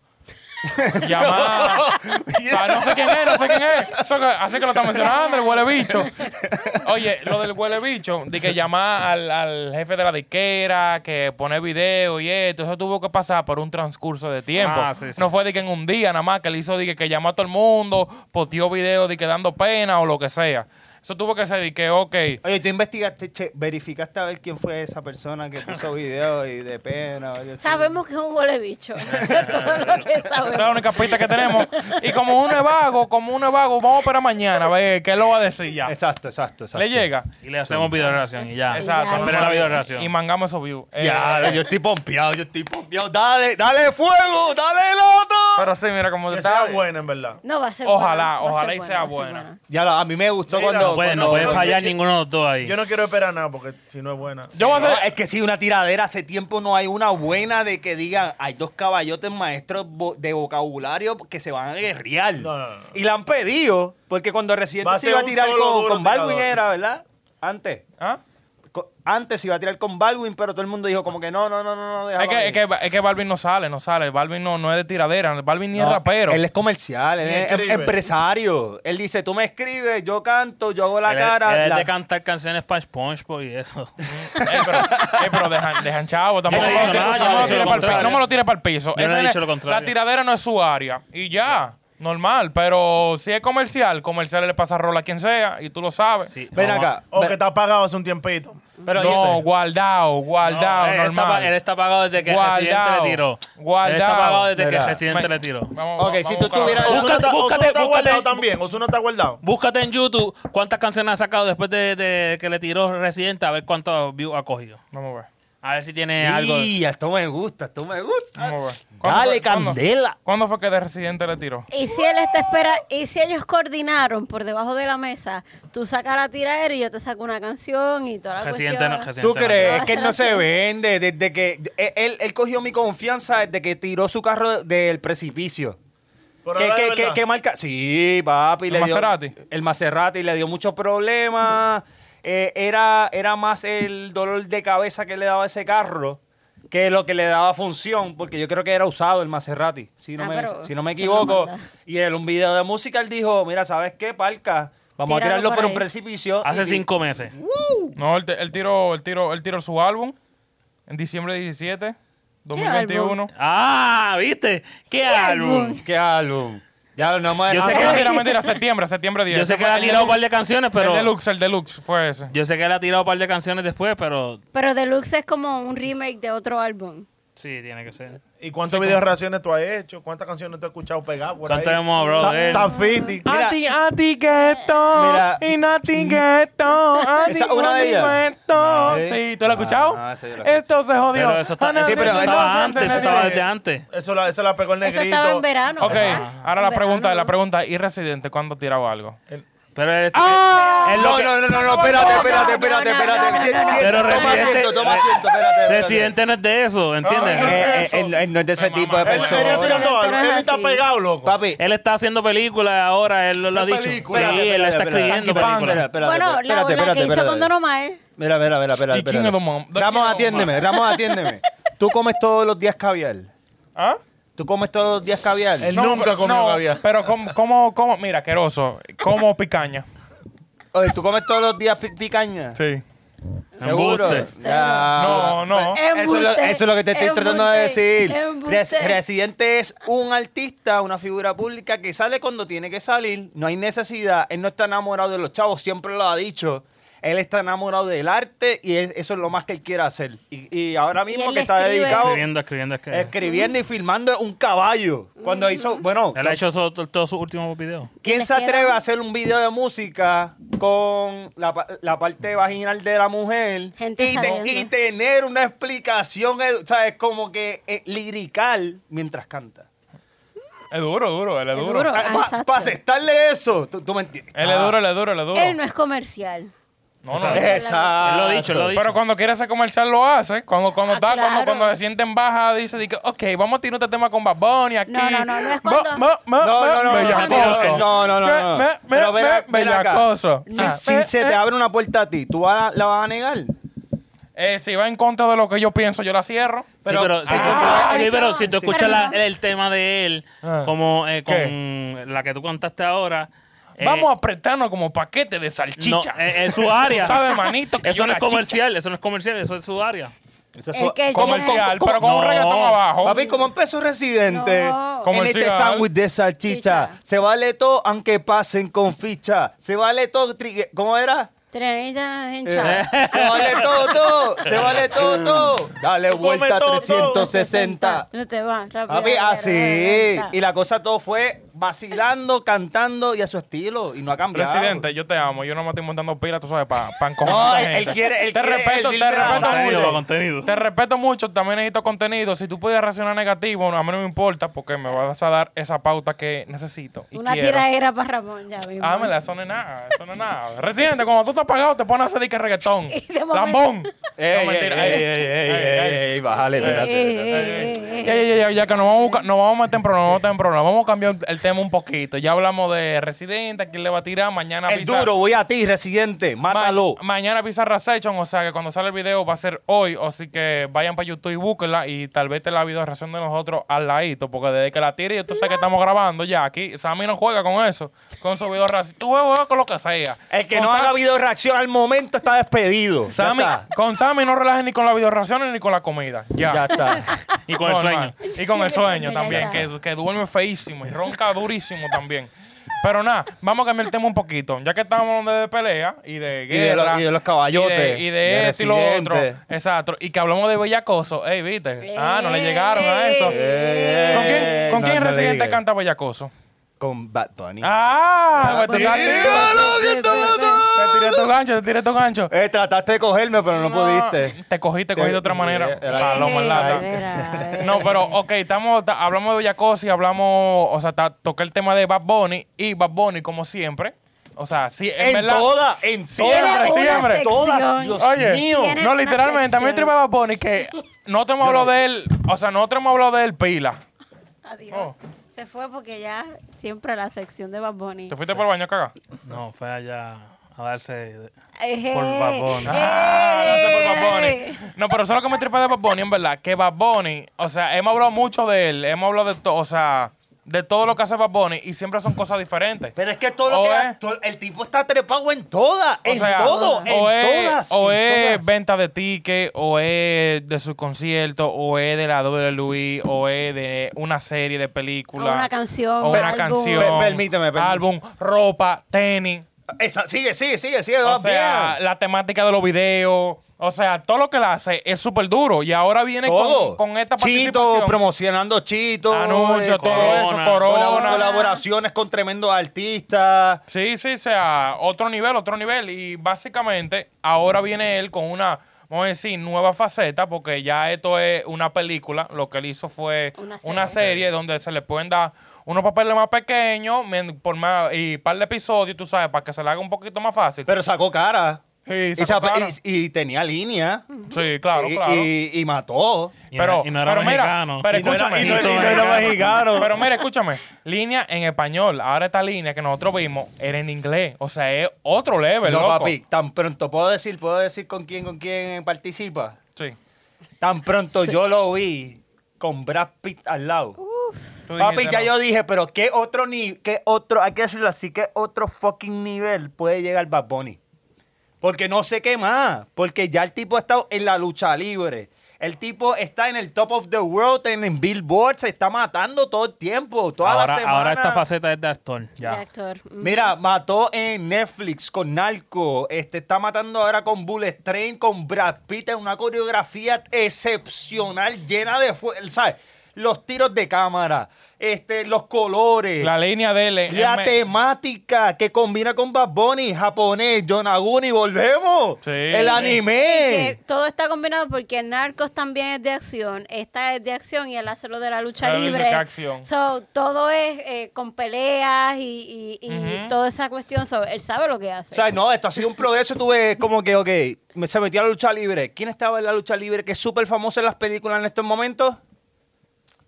S2: Llamar. O sea, no sé quién es, no sé quién es. Eso que- así que lo está mencionando, el huele bicho. Oye, lo del huele bicho, de que llamar al, al jefe de la disquera, que pone video y esto, eso tuvo que pasar por un transcurso de tiempo.
S6: Ah, sí, sí.
S2: No fue de que en un día nada más que le hizo de que, que llamó a todo el mundo, posteó video de que dando pena o lo que sea. Eso tuvo que ser de que, ok,
S8: Oye, tú investigaste, che, verificaste a ver quién fue esa persona que puso video y de pena. o algo así?
S1: Sabemos que es un huele bicho. Eso es todo lo que
S2: esa es la
S1: sabemos.
S2: única pista que tenemos. Y como uno es vago, como uno es vago, vamos para mañana a ver qué lo va a decir ya.
S8: Exacto, exacto, exacto.
S2: Le llega.
S6: Y le hacemos video reacción y ya.
S2: Exacto.
S6: Espera Ah. la video reacción.
S2: Y mangamos esos views. Eh,
S5: Ya, yo estoy pompeado, yo estoy pompeado. Dale, dale fuego, dale loto.
S2: Pero sí, mira cómo
S7: Que
S2: está.
S7: sea buena, en verdad.
S1: No va a ser
S2: Ojalá,
S1: buena, va a
S2: ojalá
S1: ser
S2: y sea
S1: va a ser
S2: buena.
S5: Ya, la- a mí me gustó
S7: Mira,
S5: cuando.
S6: No puede, no
S5: cuando-
S6: puede fallar
S7: yo-
S6: ninguno de los dos ahí.
S7: Yo no quiero esperar nada porque si no es buena.
S2: Yo voy a
S5: No,
S2: hacer.
S5: es que sí, una tiradera hace tiempo no hay una buena de que digan hay dos caballotes maestros bo- de vocabulario que se van a guerrear.
S7: No, no, no.
S5: Y la han pedido, porque cuando recién
S7: Va a
S5: se
S7: ser
S5: iba a
S7: un
S5: tirar
S7: solo
S5: con,
S7: duro
S5: con Baldwin
S7: tirador.
S5: era, ¿verdad? Antes.
S2: ¿Ah?
S5: Co- Antes se iba a tirar con Baldwin, pero todo el mundo dijo como que no, no, no, no, no, déjalo
S2: Es que,
S5: ahí.
S2: es, que, es que Balvin no sale, no sale. Balvin no, no es de tiradera. Balvin ni
S5: No,
S2: es rapero.
S5: Él es comercial, él
S7: Ni
S5: es
S7: escribe.
S5: em- empresario. Él dice, tú me escribes, yo canto, yo hago la
S6: Él es-
S5: cara.
S6: él es
S5: la-
S6: de cantar canciones para SpongeBob y eso.
S2: Eh, pero, eh, pero dejan, dejan chavo. Tampoco
S6: Yo no
S2: me
S6: he
S2: lo
S6: dicho
S2: tires-
S6: nada, yo
S2: no me
S6: no he
S2: lo
S6: dicho
S2: tires
S6: lo
S2: pa'l pi-
S6: contrario.
S2: no me lo tires para el piso.
S6: Yo no he
S2: Esa
S6: dicho
S2: es-
S6: lo contrario.
S2: La tiradera no es su área. Y ya, normal. Pero si es comercial, comercial le pasa rol a quien sea. Y tú lo sabes.
S6: Sí,
S5: Ven
S6: no,
S5: acá.
S7: O
S5: ve-
S7: que está apagado hace un tiempito.
S5: pero
S2: no,
S5: dice-
S2: guardado,
S6: no,
S2: guardado,
S6: él, eh, está,
S2: normal.
S6: pa- él está pagado desde que
S2: Guardao.
S6: Residente le tiró. Él
S2: Guardao.
S6: está pagado desde
S5: Mira.
S6: que Residente
S2: Ma-
S6: le tiró.
S2: Vamos,
S5: Ok,
S2: vamos
S5: si
S2: a
S5: tú
S2: buscarlo.
S5: tuvieras...
S6: Búscate,
S7: Ozuna está-
S6: búscate,
S7: Ozuna está
S6: búscate.
S7: guardado también. Ozuna está guardado.
S6: Búscate en YouTube cuántas canciones ha sacado después de, de que le tiró Residente a ver cuántos views ha cogido.
S2: Vamos a ver.
S6: A ver si tiene algo.
S5: Y esto me gusta, esto me gusta.
S2: Vamos a ver. ¿Cuándo
S5: Dale
S2: fue- cuándo-
S5: candela.
S2: ¿Cuándo fue que de Residente le tiró?
S1: Y si él está espera, y si ellos coordinaron por debajo de la mesa, tú sacas la tiradera y yo te saco una canción y toda la
S6: Residente
S1: cuestión.
S6: no. Residente
S5: ¿Tú
S6: no.
S5: crees que él no se vende? Desde que él- él, él cogió mi confianza desde que tiró su carro del precipicio.
S7: Por
S5: ¿Qué,
S7: ahora
S5: qué-
S7: de
S5: qué-
S7: verdad.
S5: qué marca? Sí, papi.
S2: ¿El
S5: le dio-
S2: Maserati?
S5: el Maserati le dio muchos problemas. Eh, era, era más el dolor de cabeza que le daba ese carro que lo que le daba función, porque yo creo que era usado el Maserati, si no,
S1: Ah,
S5: me,
S1: pero
S5: si no me
S1: ¿quién lo
S5: equivoco.
S1: manda?
S5: Y en un video de música él dijo, mira, ¿sabes qué, Palca?
S1: Tíralo
S5: Vamos a tirarlo
S1: por
S5: por, un
S1: ahí".
S5: precipicio.
S6: Hace
S5: Y-
S6: cinco meses.
S2: No, él, te- él tiró, él tiró, él tiró su álbum en diciembre 17, 2021.
S6: Ah, ¿viste? ¿Qué, álbum?
S5: ¿Qué álbum? Ya no me...
S6: Yo
S5: Ah,
S6: sé que-
S2: No, mentira, mentira, septiembre, septiembre 10.
S6: Yo sé
S2: Ese
S6: que
S2: fue
S6: él ha
S2: el
S6: tirado un par
S2: deluxe.
S6: de canciones, pero.
S2: El deluxe, el deluxe fue ese.
S6: Yo sé que él ha tirado un par de canciones después, pero.
S1: Pero Deluxe es como un remake de otro álbum.
S6: Sí, tiene que ser.
S7: ¿Y cuántos videos reacciones tú has hecho? ¿Cuántas canciones tú has escuchado pegar por
S6: ¿Cuánto
S7: ahí?
S6: hemos hablado de él?
S7: Ta- ta fiti.
S6: Ah,
S5: Mira.
S2: Anti, anti ghetto,
S5: Mira.
S2: y nothing ghetto, anti
S5: Esa es una de ellas.
S2: ghetto.
S5: No.
S2: Mm. Sí, ¿tú lo has
S5: Ah,
S2: escuchado?
S5: ah, sí, yo la escuché.
S2: Esto se jodió.
S6: Pero eso, está-
S2: Ana,
S6: eso
S5: sí, pero
S2: Ah, no,
S5: eso
S6: estaba
S2: no,
S6: antes,
S2: no,
S6: eso
S2: no,
S6: estaba
S2: no.
S6: desde antes.
S7: Eso la, esa la pegó el
S1: Eso
S7: negrito.
S1: estaba en verano.
S2: Ok,
S1: ¿verdad?
S2: ahora la
S1: En
S2: pregunta,
S1: verano.
S2: la pregunta, ¿y Residente cuándo ha tirado algo?
S6: Pero él,
S2: Ah.
S6: él lo
S5: Ah, No,
S6: que-
S5: no, no, no, no, espérate, espérate, espérate, espérate.
S1: no, no,
S5: Sie-
S1: no, no.
S5: siéntate,
S6: Pero
S5: toma
S6: Residente-
S5: asiento, toma
S6: Re-
S5: asiento, espérate. espérate.
S6: Residente no es de eso, ¿entiendes?
S2: Ah,
S6: Él-
S2: eh.
S5: Eh, eh, él, él no es de
S2: Me
S5: ese tipo de
S2: mama.
S7: Él
S2: Eso-
S7: estaría
S5: persona.
S7: tirando algo.
S1: Eso
S7: Él
S1: es
S7: está
S1: así.
S7: pegado, loco.
S2: eh.
S5: Papi,
S6: Él está haciendo películas ahora, él lo, lo ha dicho.
S5: película?
S6: Sí, él
S5: Espérate,
S6: está
S5: espérate,
S6: escribiendo
S2: espérate.
S6: películas.
S5: Espérate,
S1: bueno, la,
S5: espérate,
S1: la
S5: espérate,
S1: que hizo
S5: espérate.
S1: con Don Omar.
S5: Mira, mira, mira, mira.
S2: ¿Y quién
S5: espérate.
S2: es Don Mom? ¿De quién es
S5: Ramos,
S2: Don
S5: atiéndeme,
S2: Mom?
S5: Ramos, atiéndeme. ¿Tú comes todos los días caviar?
S2: ¿Ah?
S5: ¿Tú comes todos los días caviar?
S7: Él nunca
S2: pero-
S7: comió
S2: no,
S7: caviar.
S2: Pero como, como, como, mira, asqueroso, como picaña.
S5: Oye, ¿tú comes todos los días pi- picaña?
S2: Sí.
S5: ¿Seguro?
S6: Embuste.
S5: Ya.
S2: No, no.
S5: Eso es, lo,
S1: Embuste,
S5: eso es lo que te estoy tratando de
S1: embuste,
S5: decir.
S1: embuste.
S5: Res- Residente es un artista, una figura pública que sale cuando tiene que salir. No hay necesidad. Él no está enamorado de los chavos, siempre lo ha dicho. Él está enamorado del arte y es- eso es lo más que él quiere hacer. Y, y ahora mismo
S1: él
S5: que está
S1: escribe.
S5: dedicado
S6: Escribiendo, escribiendo, escribiendo.
S5: escribiendo y filmando un caballo. Cuando hizo, bueno,
S6: Él ha hecho eso- todos sus últimos videos.
S5: ¿quién se atreve a hacer un video de música con la, pa- la parte vaginal de la mujer
S1: Gente
S5: y, te-
S1: saliendo.
S5: y tener una explicación, eh, ¿sabes? Como que eh, lirical mientras canta.
S2: Es duro, duro, él es
S1: Es
S2: duro.
S1: duro.
S5: Para
S1: Ah, exacto.
S5: aceptarle eso, tú, tú me entiendes. Ah,
S2: Él
S6: Ah.
S2: es duro, él es duro, él es duro.
S1: Él no es comercial.
S2: No, no.
S6: Exacto.
S5: Exacto.
S6: Él lo ha dicho, él lo ha dicho.
S2: Pero cuando quiere hacer comercial lo hace. Cuando, cuando,
S1: Ah,
S2: está, cuando,
S1: claro.
S2: cuando se siente en baja, dice, dice, ok, vamos a tirar este tema con Bad Bunny aquí.
S1: No, no, no, no es
S2: Mo-
S1: cuando-
S2: mo- mo-
S5: No, no, no,
S2: mo-
S5: no,
S2: bellacoso.
S5: no, no, no,
S2: Me-
S5: no.
S2: me- me-
S5: Pero ven a-
S2: me-
S5: ven acá.
S2: bellacoso.
S5: Si,
S2: Ah,
S5: si
S2: eh,
S5: se te
S2: eh.
S5: abre una puerta a ti, ¿tú vas a- la vas a negar?
S2: Eh, si va en contra de lo que yo pienso, yo la cierro.
S5: Pero-
S6: sí, pero, si, tú,
S5: Ah,
S6: sí, pero si tú
S1: sí.
S6: escuchas la-
S1: Pero no.
S6: el tema de él,
S2: Ah.
S6: como eh, con
S2: ¿Qué?
S6: la que tú contaste ahora. eh,
S2: Vamos a apretarnos como paquete de
S6: no,
S2: salchicha.
S6: eh, es su área.
S2: Tú sabes, manito, que
S6: eso
S2: yo
S6: no
S2: la
S6: es comercial, eso no es comercial, eso es su área.
S8: Eso es-
S1: El que él
S2: Comercial,
S1: tiene-
S2: pero con un
S6: No.
S2: reggaetón abajo.
S5: Papi, como empezó Residente,
S1: No.
S5: en este
S2: Comercial.
S5: sándwich de salchicha,
S1: Chicha.
S5: se vale todo aunque pasen con ficha, se vale todo, tri- ¿cómo era?
S1: Trinidad en
S5: Eh,
S1: chat.
S5: se vale todo, todo, se vale todo, todo. Dale vuelta
S7: todo, todo.
S5: 360.
S1: No te va, rápido.
S5: Papi, así.
S1: rápido.
S5: Y la cosa todo fue vacilando, cantando y a su estilo, y no ha cambiado.
S2: Presidente, yo te amo. Yo no me estoy montando pila, tú sabes, para pa encojonar
S5: No,
S2: a
S5: él,
S2: esta
S5: él
S2: gente.
S5: quiere, él
S2: te
S5: quiere
S2: respeto,
S5: el
S2: te
S5: build
S2: respeto
S5: drama.
S6: Contenido,
S2: mucho.
S6: contenido.
S2: Te respeto mucho, también necesito contenido. Si tú puedes reaccionar negativo, no, a mí no me importa porque me vas a dar esa pauta que necesito. Y
S1: Una
S2: quiero. Ah,
S1: tiraera para Ramón ya mismo.
S2: Hámela, eso no es nada, eso no es nada. Residente, cuando tú estás pagado, te pones a hacer de que reggaetón.
S1: Y de momento-
S2: Lambón.
S5: Ey,
S2: no,
S5: ey,
S2: mentira.
S5: ey,
S2: Ey,
S5: ey, ey,
S2: ey,
S5: ey, ey, bájale,
S1: Eh,
S5: espérate.
S1: eh, eh, eh, eh.
S2: Ya, ya, ya, ya, ya que nos vamos, a buscar- nos vamos a meter en problemas, vamos a meter en problemas. Vamos a cambiar el tema un poquito. Ya hablamos de Residente, a quién le va a tirar, mañana
S5: El
S2: Bizarra-
S5: duro, voy a ti, residente,
S2: ma-
S5: mátalo.
S2: mañana Pizarra Session, o sea que cuando sale el video va a ser hoy, así que vayan para YouTube y búsquenla y tal vez te la video reacción de nosotros al ladito, porque desde que la tire, tú sabes que estamos grabando ya aquí. Sammy no juega con eso, con su video reacción. Tú juegas con lo que sea.
S5: El que
S2: Con
S5: no
S2: Sa-
S5: haga video reacción al momento está despedido. Ya
S2: Sammy-
S5: está.
S2: con Sammy no relajes ni con las video reacciones ni con la comida. Ya.
S5: Ya está.
S6: Y con el
S2: Normal.
S6: sueño.
S2: Y con el sueño
S1: Ya
S2: también,
S1: está.
S2: que, que duerme feísimo y ronca durísimo también. Pero nada, vamos a cambiar el tema un poquito. Ya que estamos de pelea y de
S5: Y de lo-
S2: guerra.
S5: y de los caballotes,
S2: Y de, y de
S5: de
S2: esto y lo otro.
S5: Residente.
S2: Exacto. Y que hablamos de bellacoso. Ey, viste. Ah, no le llegaron a eso.
S5: Ey,
S2: ¿Con quién,
S5: ey,
S2: con
S5: no,
S2: quién
S5: no le
S2: Residente
S5: digas.
S2: canta bellacoso?
S5: Con Bad Bunny.
S2: Ah, pues te
S1: Bad Bunny.
S2: tiraste-
S1: que está
S2: te tiré tu gancho, te tiré tu gancho.
S5: Eh, trataste de cogerme, pero no, pudiste.
S2: Te cogí, te cogí de otra manera.
S5: Era-
S2: Paloma en lata.
S1: Era-
S2: No, pero, ok, estamos, ta- hablamos de Bellacosi, hablamos, o sea, ta- toqué el tema de Bad Bunny y Bad Bunny, como siempre. O sea, sí, en,
S5: En
S2: verdad.
S5: toda, en
S2: Siempre,
S5: todas,
S2: siempre.
S5: todas, Dios
S2: Oye,
S5: mío.
S1: Tiene-
S2: no,
S1: una
S2: literalmente, también
S1: sección.
S2: tema Bad Bunny que no te hemos hablado de él, o sea, no te hemos hablado de él pila.
S1: Adiós.
S2: Oh.
S1: Se fue porque ya siempre la sección de Bad Bunny.
S2: ¿Te fuiste por el baño, caga?
S6: No, fue allá a darse. de-
S1: Ejé.
S6: Por Bad
S1: eh.
S6: Bunny.
S2: Ah, no sé por Bad
S1: Ey.
S2: Bunny. No, pero solo que me tripa de Bad Bunny, en verdad, que Bad Bunny, o sea, hemos hablado mucho de él, hemos hablado de todo, o sea, de todo lo que hace Bad Bunny y siempre son cosas diferentes.
S5: Pero es que todo lo
S2: O
S5: que
S2: es-
S5: ha- todo- el tipo está trepado en todas,
S2: O
S5: en
S2: sea,
S5: todo, en
S2: o es,
S5: todas.
S2: O
S5: en
S2: es
S5: todas.
S2: venta de tickets, o es de sus conciertos, o es de la WWE, o es de una serie de películas.
S1: O una canción,
S2: O una
S1: álbum.
S2: canción.
S5: Per- permíteme, permíteme.
S2: Álbum, ropa, tenis.
S5: Esa- sigue, sigue, sigue, sigue,
S2: O
S5: va
S2: sea,
S5: bien.
S2: la temática de los videos. O sea, todo lo que le hace es súper duro. Y ahora viene con,
S5: Todo.
S2: con esta
S5: Chito,
S2: participación.
S5: promocionando Chito.
S2: Anuncios,
S5: eh,
S2: todo
S6: Corona.
S2: eso,
S5: colab-
S2: corona.
S5: Colaboraciones con tremendos artistas.
S2: Sí, sí, o sea, otro nivel, otro nivel. Y básicamente ahora viene él con una, vamos a decir, nueva faceta, porque ya esto es una película. Lo que él hizo fue una
S1: Una
S2: serie,
S1: serie.
S2: donde se le pueden dar unos papeles más pequeños men- por más, y par de episodios, tú sabes, para que se le haga un poquito más fácil.
S5: Pero sacó cara.
S2: Sí,
S5: y,
S2: sacó
S5: sape-
S2: cara.
S5: y- y tenía línea.
S2: sí, claro,
S5: y,
S2: claro.
S5: y- y mató.
S6: Y
S2: pero,
S6: no- y no era
S2: pero
S6: mexicano.
S2: mira, pero
S5: Y no era-
S2: escúchame.
S5: y no- y
S6: Hizo
S5: no era
S6: mexicano.
S5: mexicano.
S2: Pero mira, escúchame, línea en español. Ahora esta línea que nosotros vimos era en inglés. O sea, es otro level,
S5: No,
S2: loco.
S5: papi, tan pronto puedo decir, puedo decir con quién, con quién participa.
S2: Sí.
S5: Tan pronto yo lo vi con Brad Pitt al lado.
S2: Tú
S5: Papi,
S2: dijiste,
S5: ya
S2: no.
S5: yo dije, pero qué otro ni qué otro, hay que decirlo así, qué otro fucking nivel puede llegar Bad Bunny. Porque no sé qué más, porque ya el tipo ha estado en la lucha libre. El tipo está en el top of the world, en, en Billboard, se está matando todo el tiempo, toda la
S6: Ahora,
S5: semana.
S6: ahora esta faceta es de actor.
S1: De
S6: Ya.
S1: actor. Mm.
S5: Mira, mató en Netflix con Narco, este está matando ahora con Bullet Train, con Brad Pitt, en una coreografía excepcional, llena de fuerza, ¿sabes? Los tiros de cámara, este, los colores.
S2: La línea de él. es-
S5: La
S2: es me-
S5: temática que combina con Bad Bunny, japonés, Yonaguni, volvemos.
S2: Sí.
S5: El
S1: Que
S5: anime.
S1: todo está combinado porque Narcos también es de acción, esta es de acción y él hace lo de la lucha
S2: Claro, dice
S1: libre.
S2: que acción.
S1: So, todo es eh, con peleas y, y- y toda esa cuestión. So, él sabe lo que hace.
S5: O sea, no, esto ha sido un progreso. Tú ves como que, ok, me- se metió a la lucha libre. ¿Quién estaba en la lucha libre que es súper famosa en las películas en estos momentos?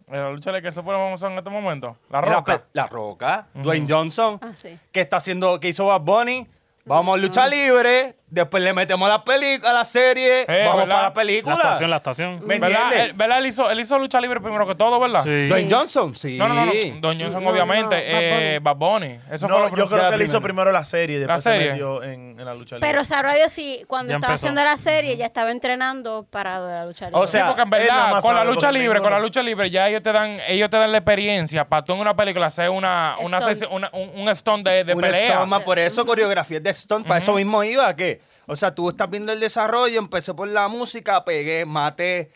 S2: La lucha de Eh, que se pone famoso en este momento. La
S5: Era
S2: roca.
S5: Pe- La Roca, Dwayne Johnson,
S1: Ah, sí.
S5: que está haciendo, que hizo Bad Bunny. Vamos a lucha libre. Después le metemos a la película, a la serie,
S2: Eh,
S5: vamos
S2: ¿verdad?
S5: para la
S6: La
S5: película.
S6: actuación, la actuación.
S5: ¿Me
S2: ¿Verdad?
S5: entiendes?
S2: Él, ¿verdad? Él hizo, él hizo lucha libre primero que todo, ¿verdad?
S6: Sí.
S5: Dwayne Johnson, sí.
S2: No, no, no, no. Don Johnson,
S1: No,
S2: obviamente.
S1: no, Bad
S2: eh, Bad Bunny. Eso fue
S7: No,
S2: lo
S7: yo
S2: primero.
S7: creo
S5: Ya,
S7: que él hizo
S5: primero.
S7: primero la serie y después
S2: serie.
S7: se metió en, en la lucha libre.
S1: Pero sabrá Dios si cuando
S6: Ya
S1: estaba
S6: empezó.
S1: haciendo la serie ya estaba entrenando para la lucha libre.
S5: O sea,
S2: Sí, porque en
S7: él nada
S2: verdad,
S7: más
S2: con la
S7: sabe,
S2: lucha
S7: porque
S2: libre, con la
S7: ninguno-
S2: lucha libre, ya ellos te dan, ellos te dan la experiencia para tú en una película hacer una, una,
S1: Stunt.
S2: sesi- una- un, un stunt de, de
S5: un
S2: pelea.
S5: stunt, ma, por eso coreografía de stunt, para eso mismo iba, que, o sea, tú estás viendo el desarrollo, empecé por la música, pegué, maté,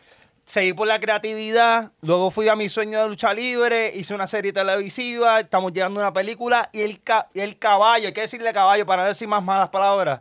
S5: seguí por la creatividad, luego fui a mi sueño de lucha libre, hice una serie televisiva, estamos llegando a una película, y el, ca- y el caballo, hay que decirle caballo para no decir más malas palabras,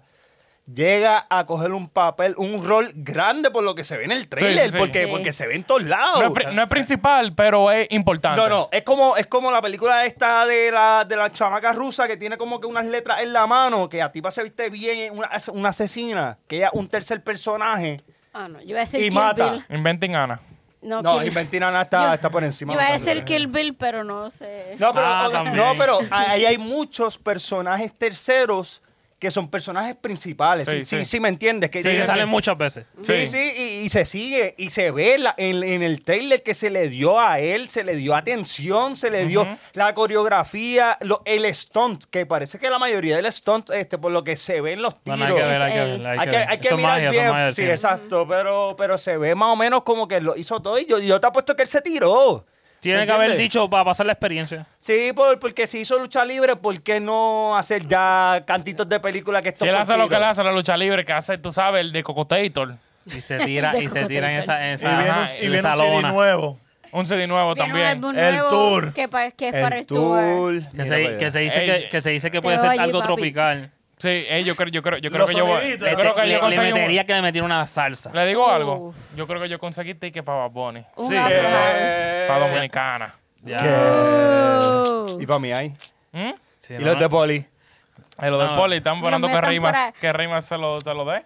S5: llega a coger un papel, un rol grande por lo que se ve en el trailer,
S2: sí, sí.
S5: Porque,
S1: Sí.
S5: porque se ve en todos lados.
S2: No es, pri- no es principal, pero es importante.
S5: No, no, es como, es como la película esta de la, de la chamaca rusa que tiene como que unas letras en la mano, que a tipa se viste bien, una, una asesina, que ella es un tercer personaje.
S1: Ah, no, yo iba a decir
S5: Y
S1: Kill
S5: mata.
S1: Bill.
S2: Inventing Ana.
S1: No,
S5: No,
S1: Kill-
S5: Inventina está,
S1: Yo-
S5: está por encima.
S1: Yo iba a
S5: bastante.
S1: decir Kill Bill, pero no sé.
S5: No, pero,
S6: Ah,
S5: o-
S6: también.
S5: no, pero ahí hay muchos personajes terceros que son personajes principales. Sí,
S2: Sí,
S5: sí,
S2: sí.
S5: sí, me entiendes. Que
S6: Sí, que salen muchas veces.
S5: Sí, sí, y, y se sigue, y se ve la- en, en el trailer que se le dio a él, se le dio atención, se le dio la coreografía, lo- el stunt, que parece que la mayoría del stunt, este, por lo que se ve en los
S6: No,
S5: tiros.
S6: no, hay que ver, hay
S1: Es
S6: que
S1: él.
S6: ver. Hay
S5: Hay
S6: que ver.
S5: hay que
S6: Eso es
S5: mirar
S6: magia, eso es
S5: bien.
S6: magia del
S5: sí,
S6: cine.
S5: exacto, pero, pero se ve más o menos como que lo hizo todo y yo, yo te apuesto que él se tiró.
S6: Tiene que
S5: ¿Entiendes?
S6: haber dicho para pasar la experiencia.
S5: Sí, por- porque si hizo lucha libre, ¿por qué no hacer ya cantitos de película que esto
S2: Si él
S5: por
S2: hace lo que
S5: tiro?
S2: él hace, la lucha libre, que hace, tú sabes, el de Cocotator.
S6: Y se tira, y se tira en esa, en
S7: y
S6: esa,
S7: viene, un-
S6: ajá,
S7: y
S6: en
S7: viene
S6: esa
S7: un CD
S6: lona.
S7: nuevo.
S2: Un CD nuevo
S1: Tiene un
S2: también.
S1: álbum
S7: El
S1: nuevo
S7: tour.
S1: Que, pa- que es para
S5: El
S1: el tour.
S5: tool.
S6: Que
S5: Mira
S6: se,
S5: para
S6: que
S5: allá.
S6: se dice
S2: Ey.
S6: que, que se dice que
S1: Te
S6: puede
S1: veo
S6: ser
S1: allí,
S6: algo
S1: papi.
S6: tropical.
S2: Sí, eh, yo creo, yo creo, yo creo
S7: Los
S2: que yo voy.
S7: soniditos.
S2: Yo
S6: Le,
S2: creo
S6: te-
S2: que
S6: le-
S2: yo
S6: le
S2: conseguí un-
S6: metería que le metiera una salsa.
S2: ¿Le digo algo?
S1: Uf.
S2: Yo creo que yo conseguí ticket para Bad Bunny.
S1: Un
S6: Sí.
S1: Afro House.
S7: Eh.
S2: Para Dominicana.
S6: Ya.
S1: Uh.
S5: Y para mí hay.
S2: ¿Mm?
S6: Sí,
S5: Y
S6: no,
S5: los
S6: no.
S5: de poli.
S2: Eh, lo del
S6: No.
S2: poli, están esperando que
S1: metan por
S2: rimas,
S1: ahí.
S2: que rimas se lo, te lo dé.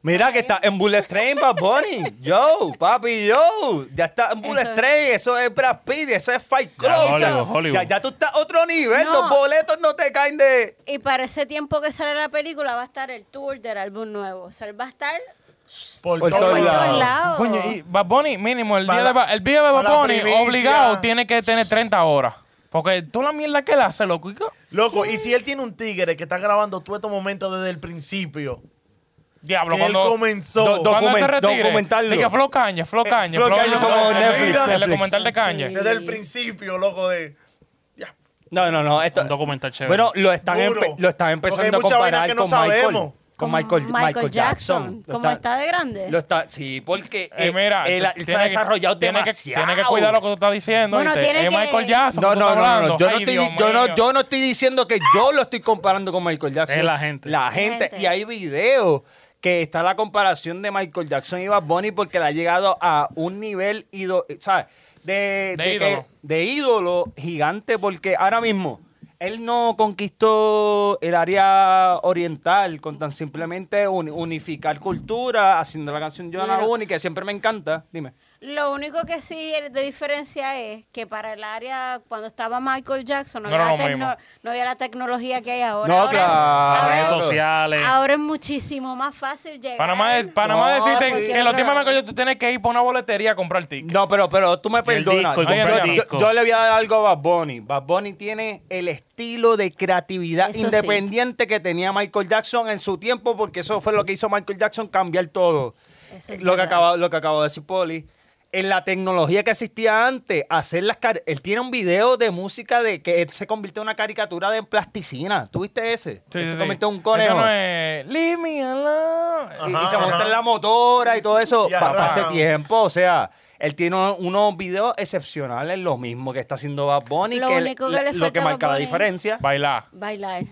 S5: Mira que está en Bullet Train, Bad Bunny. Yo, papi, yo. Ya está en Bullet
S1: Eso es.
S5: Train. Eso es Brad Pitt. Eso es Fight Club.
S6: Hollywood, Hollywood.
S5: Ya, ya tú estás a otro nivel.
S1: No.
S5: Los boletos no te caen de...
S1: Y para ese tiempo que sale la película va a estar el tour del álbum nuevo. O sea, él va a estar
S7: Por,
S5: Por
S7: todos
S5: todos
S1: por todos
S7: lados.
S1: lados.
S2: Coño, y Bad Bunny, mínimo, el
S7: Para
S2: día de, Ba- el día de
S7: para
S2: Bad
S7: la
S2: Bunny,
S7: primicia.
S2: obligado, tiene que tener 30 horas. Porque tú la mierda que él hace, loco. ¿y qué?
S7: Loco, y si él tiene un tigre que está grabando todo estos momentos desde el principio,
S2: Diablo,
S7: que él
S2: cuando...
S7: comenzó.
S5: Do- do-
S2: cuando él se
S5: document-
S2: retire,
S5: documentarlo.
S2: Diga, Flow Caña, Flow Caña.
S5: Flow
S2: Flow
S5: Caña,
S2: Caña,
S5: como
S2: el-
S5: Netflix,
S2: El
S5: Netflix.
S2: documental de Caña.
S1: Sí.
S7: desde el principio, loco, de. Ya,
S5: No, no, no. Esto...
S6: Un documental chévere.
S5: Bueno, lo están,
S7: Duro.
S5: empe- lo están
S7: Porque hay
S5: empezando a
S7: mucha vaina
S5: comparar
S7: que no
S5: con, Michael,
S7: sabemos.
S5: con Michael. Michael Jackson. Lo
S1: Como está de grande.
S5: lo está- sí, porque
S2: Eh,
S5: eh,
S2: mira,
S5: él, él se
S2: tiene
S5: ha
S2: que-
S5: desarrollado
S2: tiene que,
S5: demasiado.
S2: tiene que cuidar lo que tú estás diciendo.
S1: Bueno,
S2: ¿oíste?
S1: tiene
S2: Es
S1: que-
S2: Michael Jackson.
S5: No,
S2: que tú
S5: no,
S2: estás
S5: no, no.
S2: hablando.
S5: Yo no,
S2: Ay,
S5: estoy,
S2: Dios
S5: yo, no,
S2: mío.
S5: yo no estoy diciendo que yo lo estoy comparando con Michael Jackson.
S6: Es la gente.
S5: La gente.
S1: gente.
S5: Y hay videos que está la comparación de Michael Jackson y Bad Bunny porque le ha llegado a un nivel ido, ¿sabes? De,
S2: De
S5: de que-
S2: ídolo.
S5: de ídolo gigante porque ahora mismo él no conquistó el área oriental con tan simplemente uni- unificar cultura haciendo la canción Yo
S1: Claro.
S5: Única, que siempre me encanta. Dime.
S1: Lo único que sí es de diferencia es que para el área, cuando estaba Michael Jackson, no,
S2: No
S1: había,
S2: era
S1: la
S2: lo mismo.
S1: tecno- no había la tecnología que hay ahora.
S5: No,
S1: ahora,
S5: claro.
S1: ahora
S6: redes
S1: es-
S6: sociales.
S1: ahora es muchísimo más fácil llegar.
S2: Panamá, es, Panamá
S5: No,
S2: decirte
S5: sí.
S2: que en los tiempos de Michael tú tienes que ir para una boletería a comprar tickets.
S5: No, pero, pero tú me perdonas.
S6: disco, y
S5: Yo-
S2: comprar
S5: yo,
S2: el
S5: yo-
S6: disco.
S5: yo le voy a dar algo a Bad Bunny. Bad Bunny tiene el estilo de creatividad
S1: Eso sí.
S5: independiente que tenía Michael Jackson en su tiempo, porque eso fue lo que hizo Michael Jackson, cambiar todo.
S1: Eso es
S5: lo, que
S1: verdad.
S5: acaba, lo que acabo de decir Poli. En la tecnología que existía antes, hacer las car- él tiene un video de música de que él se convirtió en una caricatura de plasticina. ¿Tuviste ese?
S2: Sí, sí,
S5: Él se
S2: sí.
S5: convirtió en un conejo.
S2: Eso no es, Leave me alone.
S5: Y- y,
S7: Ajá,
S5: se monta
S7: ajá.
S5: en la motora y todo eso
S7: Y
S5: para
S7: arranca.
S5: ese tiempo. O sea, él tiene uno- unos videos excepcionales, lo mismo que está haciendo Bad Bunny,
S1: Lo
S5: que, él-
S1: único que le
S5: lo
S1: falta
S5: que
S1: a
S5: marca la
S1: Bad Bunny.
S5: diferencia.
S2: Bailar.
S1: Bailar.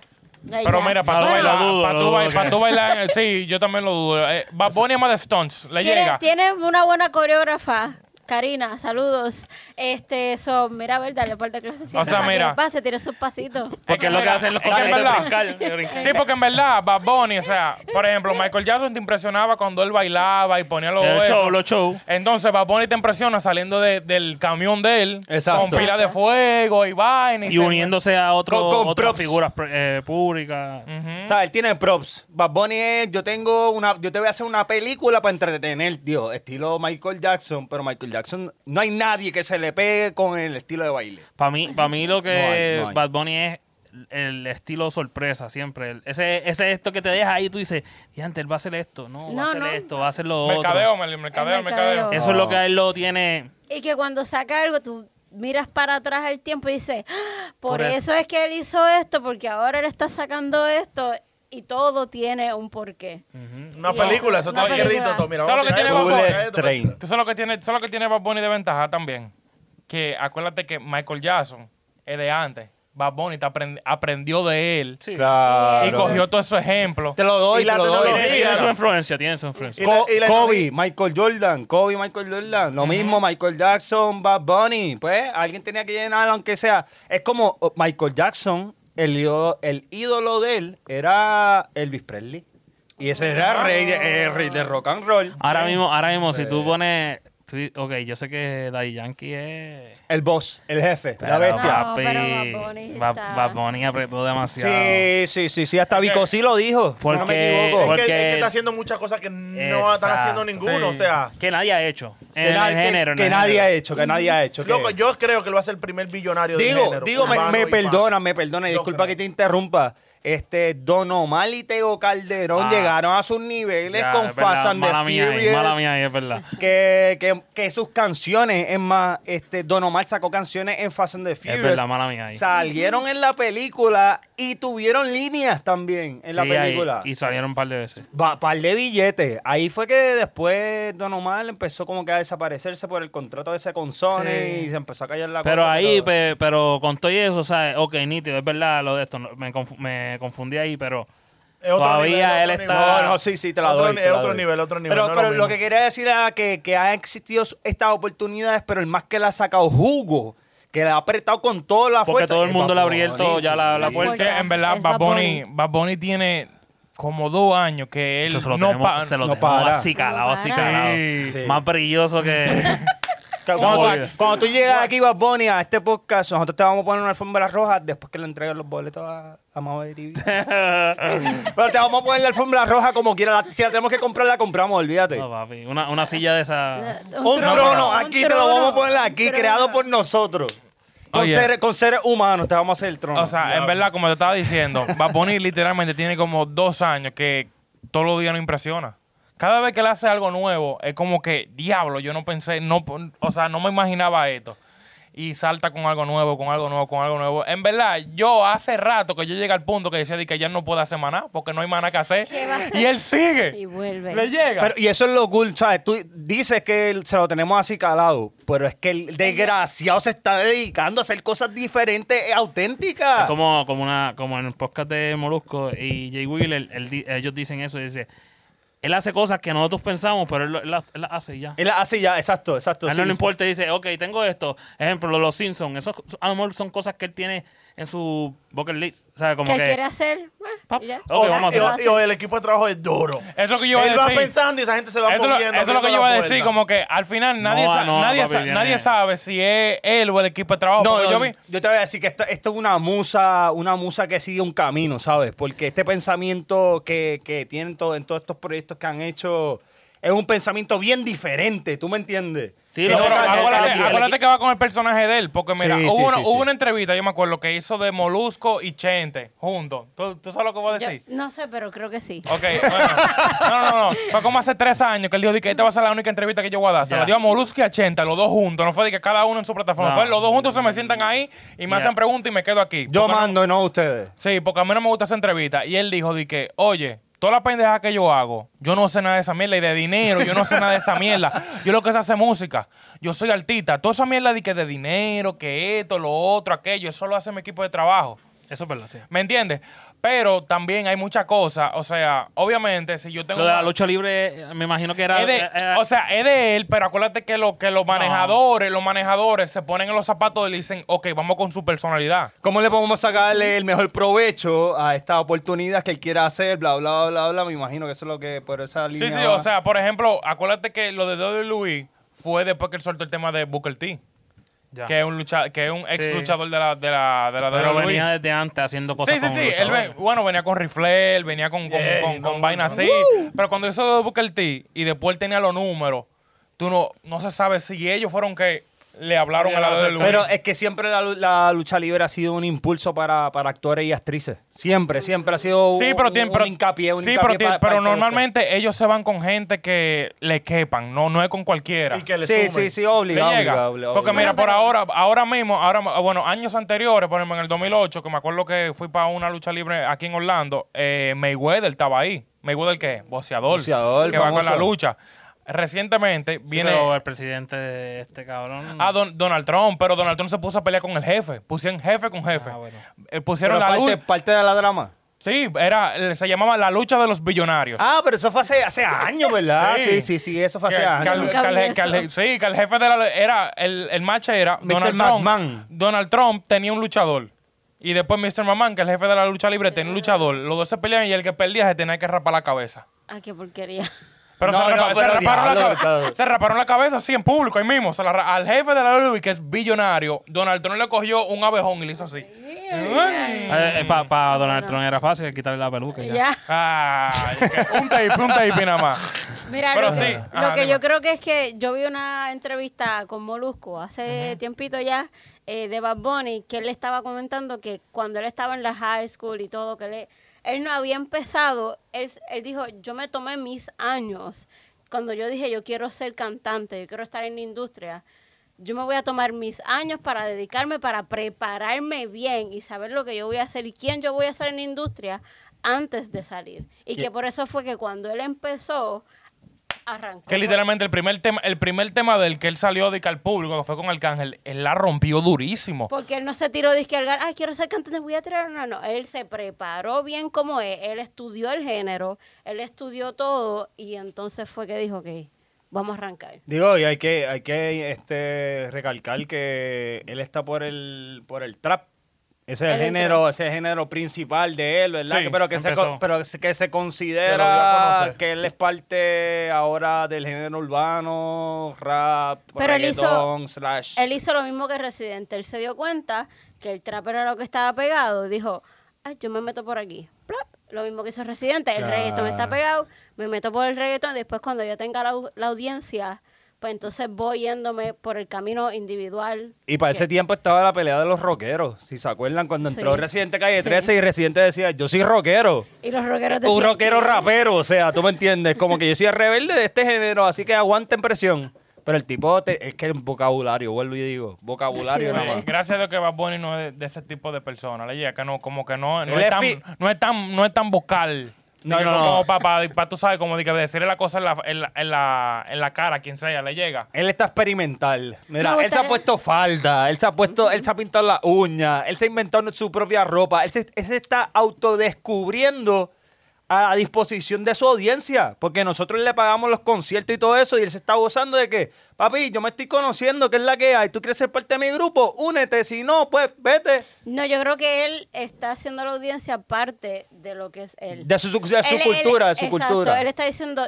S2: Pero mira, para tú
S6: Lo
S2: bailar,
S6: dudo,
S2: para
S6: lo
S2: tú
S6: dudo
S2: bailar,
S6: que-
S2: para tú bailar, eh, sí, yo también lo dudo. Eh, Bad Bunny es más de stunts, le
S1: tiene,
S2: llega.
S1: tiene una buena coreógrafa. Karina, saludos. Este, so, mira, a ver, dale por de clasecita.
S2: O sea,
S1: para que
S2: mira.
S1: pase, tire sus pasitos.
S6: Es que es lo que hacen los
S2: Es que es
S6: conciertos de
S2: verdad.
S6: brincar. de brincar.
S2: Sí, porque en verdad, Bad Bunny, o sea, por ejemplo, Michael Jackson te impresionaba cuando él bailaba y ponía los
S6: El
S2: huesos.
S6: show, los shows.
S2: Entonces, Bad Bunny te impresiona saliendo de- del camión de él
S5: Exacto.
S2: con pila de fuego y vaina.
S6: Y uniéndose a otro,
S5: Con- con
S6: otras
S5: props.
S6: figuras eh, públicas.
S5: O sea, él tiene props. Bad Bunny es, yo tengo una, yo te voy a hacer una película para entretener, tío, estilo Michael Jackson, pero Michael Jackson, no hay nadie que se le pegue con el estilo de baile.
S6: Para mí, para mí lo que
S5: No hay, no hay.
S6: Bad Bunny es el estilo sorpresa siempre. El- Ese, ese esto que te deja ahí, tú dices, diante, él va a hacer esto, no, va
S1: No,
S6: a hacer
S1: no.
S6: esto, va a hacer lo
S2: Mercadeo,
S6: otro.
S2: Meli, mercadeo,
S1: El
S2: mercadeo.
S1: mercadeo.
S6: Eso es lo que a él lo tiene.
S1: Y que cuando saca algo, tú miras para atrás al tiempo y dices, "Ah, por,
S6: Por eso.
S1: eso. es que él hizo esto, porque ahora él está sacando esto y todo tiene un porqué.
S7: Una
S1: Y eso,
S7: película, eso
S1: una
S7: está bien
S1: película.
S7: rito. Mira,
S2: ¿Sabes
S7: vamos
S2: lo que
S7: a tirar
S2: tiene Bad
S7: esto, vamos a
S2: Bunny?
S7: tirar esto.
S5: Train.
S2: Tú sabes lo que tiene, tú sabes lo que tiene Bad Bunny de ventaja también. Que acuérdate que Michael Jackson es de antes. Bad Bunny te aprend- aprendió de él
S5: Claro.
S2: y cogió todos esos ejemplos.
S5: Te lo doy,
S7: Y la
S5: te lo doy.
S7: tecnología.
S6: Tiene,
S7: Mira.
S6: tiene su influencia, tiene su influencia.
S7: Y la-
S5: Co-
S7: y la-
S5: Kobe, Michael Jordan, Kobe, Michael Jordan, lo mismo Michael Jackson, Bad Bunny, pues alguien tenía que llenar aunque sea, es como oh, Michael Jackson, el ídolo, el ídolo de él era Elvis Presley y ese era el rey, de, el rey de rock and roll,
S6: Ahora mismo, ahora mismo, si tú pones. tú di- ok, yo sé que Daddy Yankee es.
S5: el boss, el jefe, la
S6: Pero,
S5: bestia.
S1: No, pero Bad Bunny
S6: Bad-
S1: está-
S6: Bad Bunny apretó demasiado.
S5: Sí, sí, sí, sí, hasta Vico sí lo dijo.
S6: Porque-
S5: no me equivoco.
S7: Es que-
S6: porque-
S7: es que está haciendo muchas cosas que no
S6: Exacto.
S7: están haciendo ninguno. O sea,
S6: Que nadie ha hecho. En
S5: que,
S6: el
S5: na- que-
S6: género. en
S5: que
S6: el
S5: nadie
S6: género.
S5: ha hecho, que nadie ha hecho. que-
S7: loco, yo creo que lo hace el primer billonario del
S5: Digo,
S7: género,
S5: digo, me,
S7: urbano
S5: me
S7: y
S5: perdona,
S7: pan.
S5: me perdona, y
S7: Yo
S5: disculpa
S7: creo.
S5: que te interrumpa. Este, Don Omar y Teo Calderón
S6: Ah.
S5: llegaron a sus niveles
S6: Ya,
S5: con
S6: es verdad,
S5: Fast and the
S6: mala mía ahí,
S5: Furious,
S6: Mala mía eh. ahí, es verdad.
S5: Que, que, que sus canciones, es más, este, Don Omar sacó canciones en Fast and the Furious.
S6: verdad, mala mía eh. ahí.
S5: Salieron en la película y tuvieron líneas también en la
S6: Sí, ahí,
S5: película.
S6: y salieron un par de veces.
S5: Va, par de billetes. Ahí fue que después Don Omar empezó como que a desaparecerse por el contrato de ese con Sony
S6: Sí.
S5: y se empezó a callar la
S6: Pero
S5: cosa.
S6: ahí, pe- pero con todo y eso, ¿sabes? Ok, nítido, es verdad lo de esto. no- Me, confu- me confundí ahí, pero
S7: Es otro
S6: todavía él
S7: nivel, otro
S6: está.
S5: No, no, sí, sí, te la
S7: Ah, Otro-
S5: doy. te
S7: es
S5: la
S7: otro
S5: doy.
S7: nivel, otro nivel,
S5: Pero,
S7: no es lo
S5: pero lo,
S7: mismo.
S5: que quería decir era que, que han existido estas oportunidades, pero el más que la ha sacado jugo, que la ha apretado con toda la
S6: Porque
S5: fuerza.
S6: todo el
S5: es
S6: mundo le ha
S5: Bad
S6: abierto
S5: Bunny,
S6: ya la-
S5: sí.
S6: la puerta.
S2: Porque en verdad,
S1: Es
S2: Bad
S1: Bad
S2: Bunny,
S1: Bunny.
S2: Bad Bunny tiene como dos años que él
S6: Eso se lo
S2: no
S6: tenemos,
S2: pa-
S6: se lo
S5: no
S6: tenemos
S5: para.
S6: así calado, así
S1: Sí.
S6: calado.
S2: Sí.
S6: Más brilloso que.
S5: Cuando,
S6: Obvio.
S5: cuando- cuando tú llegas aquí, Bad Bunny, a este podcast, nosotros te vamos a poner una alfombra roja después que le entreguen los boletos a, a Mabel TV. pero te vamos a poner la alfombra roja como quiera. La- si la tenemos que comprar, la compramos, olvídate.
S6: No, papi, una, una silla de esa.
S2: Mm.
S5: Un trono,
S1: un
S5: aquí te lo vamos a poner aquí,
S1: un trono.
S5: creado por nosotros. Con,
S2: Oye.
S5: seres, con seres humanos te vamos a hacer el trono.
S2: O sea, en verdad, como te estaba diciendo, Bad Bunny literalmente tiene como dos años que todos los días nos impresiona. Cada vez que él hace algo nuevo, es como que, diablo, yo no pensé, no, pon- o sea, no me imaginaba esto. Y salta con algo nuevo, con algo nuevo, con algo nuevo. En verdad, yo hace rato que yo llegué al punto que decía de que ya no puedo hacer maná, porque no hay maná que hacer.
S1: ¿Qué va a hacer?
S2: Y él sigue.
S1: Y vuelve.
S2: Le llega.
S5: Pero, y eso es lo cool, ¿sabes? Tú dices que el- se lo tenemos así calado, pero es que el desgraciado se está dedicando a hacer cosas diferentes, eh, auténticas.
S6: Como, como, una, como en el podcast de Molusco y Jay Wheeler, él di- ellos dicen eso. Dice, él hace cosas que nosotros pensamos, pero él, lo- él las él las hace y ya.
S5: Él así ya, exacto, exacto.
S6: A él
S5: sí,
S6: Ah, no le
S5: sí.
S6: importa, dice, ok, tengo esto. Ejemplo, lo de los Simpsons. Eso, a lo mejor son cosas que él tiene en su bucket list. O sea, como
S1: ¿Qué
S6: que...
S1: él quiere hacer? Ah,
S6: Pap,
S1: ya.
S6: ok,
S7: O-
S6: vamos a hacer.
S7: y- y- o el equipo de trabajo es duro.
S2: Eso es lo que yo iba a
S7: Él va
S2: decir.
S7: pensando y esa gente se va
S2: Eso, es lo-
S7: moviendo.
S2: eso es lo que yo iba a decir,
S7: como
S2: como que al final nadie,
S6: No, ah,
S2: sa-
S6: no,
S2: nadie,
S6: papi,
S2: sa-
S6: viene.
S2: nadie sabe si es él o el equipo de trabajo.
S5: No,
S2: porque
S5: no,
S2: yo
S5: yo,
S2: vi-
S5: te voy a decir que esta- esto, es una musa, una musa que sigue un camino, ¿sabes? Porque este pensamiento que, que tienen todo- en todos estos proyectos que han hecho es un pensamiento bien diferente, ¿tú me entiendes?
S6: Sí,
S5: Que
S6: no,
S5: no
S2: Pero
S6: pero
S5: ca- que-
S2: acuérdate,
S5: que-
S6: el-
S2: acuérdate que va con el personaje de él, porque mira,
S5: Sí,
S2: hubo,
S5: sí,
S2: una,
S5: sí,
S2: hubo
S5: sí.
S2: una entrevista, yo me acuerdo, que hizo de Molusco y Chente juntos. ¿Tú, tú sabes lo que voy a
S1: Yo-
S2: decir?
S1: no sé, pero creo que sí.
S2: Ok, bueno. No, no, no. Fue como hace tres años que él dijo de que esta va a ser la única entrevista que yo voy a dar. Se
S6: Ya.
S2: la dio a Molusco y a Chente, los dos juntos. No fue de que cada uno en su plataforma.
S6: No.
S2: Fue los dos juntos se me sientan ahí y me
S6: Ya.
S2: hacen preguntas y me quedo aquí.
S5: yo
S2: Porque no-
S5: mando, no ustedes.
S2: Sí, porque a mí no me gusta esa entrevista. Y él dijo de que, oye, toda la pendeja que yo hago, yo no sé nada de esa mierda y de dinero, yo no sé nada de esa mierda. Yo lo que sé hacer música, yo soy artista. Toda esa mierda de que de dinero, que esto, lo otro, aquello, eso lo hace mi equipo de trabajo.
S6: Eso es verdad, sí.
S2: ¿Me entiendes? Pero también hay muchas cosas. O sea, obviamente, si yo tengo.
S6: Lo de la
S2: una-
S6: lucha libre, eh, me imagino que era.
S2: es de-
S6: eh, eh,
S2: o sea, es de él, pero acuérdate que, lo, que los manejadores, los manejadores se ponen en los zapatos de él y dicen, ok, vamos con su personalidad.
S5: ¿Cómo le podemos sacarle el mejor provecho a esta oportunidad que él quiera hacer? Bla, bla, bla, bla. Me imagino que eso es lo que por esa línea.
S2: Sí, sí,
S5: va.
S2: o sea, por ejemplo, acuérdate que lo de WWE fue después que él soltó el tema de Booker T.
S6: ya.
S2: Que es un lucha, que es un ex
S6: Sí.
S2: luchador de la de la de la
S6: pero
S2: WWE.
S6: venía desde antes haciendo cosas
S2: Sí, sí,
S6: con
S2: sí. Él
S6: luchadores.
S2: ve- bueno, venía con rifle, él venía con, con,
S7: Yeah,
S2: con-
S7: no,
S2: con vaina
S7: no.
S2: así. Pero cuando hizo lo de Booker T y después él tenía los números, tú no, no se sabe si ellos fueron que le hablaron
S7: Ya,
S2: a la
S7: o sea,
S2: WWE.
S5: Pero es que siempre la, lu- la lucha libre ha sido un impulso para, para actores y actrices. Siempre, siempre ha sido un,
S2: Sí, pero,
S5: un-
S2: tiene-
S5: un
S2: pero-
S5: hincapié. Un
S2: sí,
S5: hincapié
S2: pero, tiene-
S5: pa-
S2: pero
S5: parte de esto.
S2: normalmente ellos se van con gente que le quepan, no, no es con cualquiera.
S7: Y que le
S5: Sí,
S7: sumen.
S5: sí, sí,
S2: Le
S5: obligado.
S2: llega.
S5: obligado, obligado,
S2: Porque mira,
S5: obligado.
S2: por ahora, ahora mismo, ahora, bueno, años anteriores, por ejemplo, en el 2008, que me acuerdo que fui para una lucha libre aquí en Orlando, eh, Mayweather estaba ahí. Mayweather que boxeador,
S5: Boxeador,
S2: que va con la
S5: famoso.
S2: lucha. Recientemente
S6: Sí,
S2: viene Ah,
S6: pero el presidente, este cabrón.
S5: mm.
S2: a Don- Donald Trump, pero Donald Trump se puso a pelear con el jefe. Pusieron jefe con jefe.
S6: Ah, bueno.
S2: Eh,
S5: Pero
S2: pusieron la
S5: parte,
S2: lucha.
S5: parte de la drama.
S2: Sí, era, eh, se llamaba la lucha de los billonarios.
S5: Ah, pero eso fue hace, hace años, ¿verdad?
S2: Sí.
S5: Sí. sí, sí, eso fue
S2: Que-
S5: hace
S2: que al-
S5: años.
S1: Nunca
S2: que al-
S1: vi
S2: que al-
S1: eso.
S2: sí, que el jefe de la era el, el match era
S5: Mr.
S2: Donald Trump.
S5: McMahon.
S2: Donald Trump tenía un luchador. Y después Mr. Mamán, que es el jefe de la lucha libre, tenía un luchador. Los dos se peleaban y el que perdía se tenía que rapar la cabeza.
S1: Ay, Ah, qué porquería.
S2: Pero,
S5: No,
S2: se,
S5: no,
S2: rapa- se
S5: pero
S2: raparon
S5: diablo,
S2: la cabeza,
S5: está-
S2: se raparon la cabeza así en público, ahí mismo. Se la ra- al jefe de la WWE, que es billonario, Donald Trump le cogió un abejón y le hizo así.
S6: Para eh, Donald Trump era fácil quitarle la peluca. y ya.
S1: Ya.
S2: Ay, que- un tape, un tape nada más.
S1: Mira,
S2: Pero
S1: lo,
S2: sí,
S1: que- lo
S2: ajá,
S1: que
S2: dime.
S1: yo creo que es que yo vi una entrevista con Molusco hace tiempito ya eh, de Bad Bunny que él le estaba comentando que cuando él estaba en la high school y todo, que le- él no había empezado, él, él dijo, yo me tomé mis años. Cuando yo dije, yo quiero ser cantante, yo quiero estar en la industria, yo me voy a tomar mis años para dedicarme, para prepararme bien y saber lo que yo voy a hacer y quién yo voy a ser en la industria antes de salir. Y que por eso fue que cuando él empezó, arrancó.
S2: Que literalmente el primer tema, el primer tema del que él salió de al público, que fue con Arcángel, él la rompió durísimo.
S1: Porque él no se tiró de izquierda, ay, quiero ser cantante, voy a tirar una. No, él se preparó bien como es, él estudió el género, él estudió todo y entonces fue que dijo que vamos a arrancar.
S5: Digo, y hay que, hay que este, recalcar que él está por el, por el trap. Ese es el,
S1: El
S5: género, ese es el género principal de él, ¿verdad?
S2: Sí,
S5: Que- pero que se,
S6: empezó.
S5: con- pero que se- que se
S7: Que lo dio a
S5: considera
S7: conocer.
S5: que él es parte ahora del género urbano, rap,
S1: Pero él hizo-
S5: reggaetón, slash.
S1: Él hizo lo mismo que Residente, él se dio cuenta que el trapero era lo que estaba pegado y dijo, ay, yo me meto por aquí. Plop. Lo mismo que hizo Residente, el reggaetón está pegado, me meto por el reggaetón, después cuando yo tenga la, au- la audiencia, pues entonces voy yéndome por el camino individual.
S5: Y para ese tiempo estaba la pelea de los rockeros. Si se acuerdan, cuando entró
S1: Sí.
S5: Residente Calle
S1: Sí.
S5: 13 y Residente decía, yo soy rockero.
S1: Y los rockeros
S5: Un
S1: decían,
S5: rockero
S1: "¿Qué?".
S5: rapero, o sea, tú me entiendes. Como que yo soy rebelde de este género, así que aguanten presión. Pero el tipo te- es que es vocabulario, vuelvo y digo, vocabulario
S1: Sí,
S5: nada
S2: Eh,
S5: más.
S2: gracias a Dios que Bad Bunny no es de ese tipo de persona. Le llega que no, como que no, no
S5: Él
S2: es
S5: es
S2: tan,
S5: fi-
S2: no es tan, no es tan vocal.
S5: No,
S2: Dice,
S5: no,
S2: como
S5: no.
S2: Para, tú sabes, como de que decirle la cosa en la, en la, en la, en la cara a quien sea, le llega.
S5: Él está experimental. Mira,
S1: Me
S5: él se ha
S1: gustaría-
S5: puesto falda, él se ha puesto, él se ha pintado las uñas, él se ha inventado su propia ropa, él se, él se está autodescubriendo a disposición de su audiencia, porque nosotros le pagamos los conciertos y todo eso, y él se está gozando de que, papi, yo me estoy conociendo, que es la que hay, tú quieres ser parte de mi grupo, únete, si no, pues vete.
S1: No, yo creo que él está haciendo a la audiencia parte de lo que es él.
S5: De su, su- de su
S1: Él- él-
S5: cultura, de su
S1: exacto,
S5: cultura.
S1: Él está diciendo,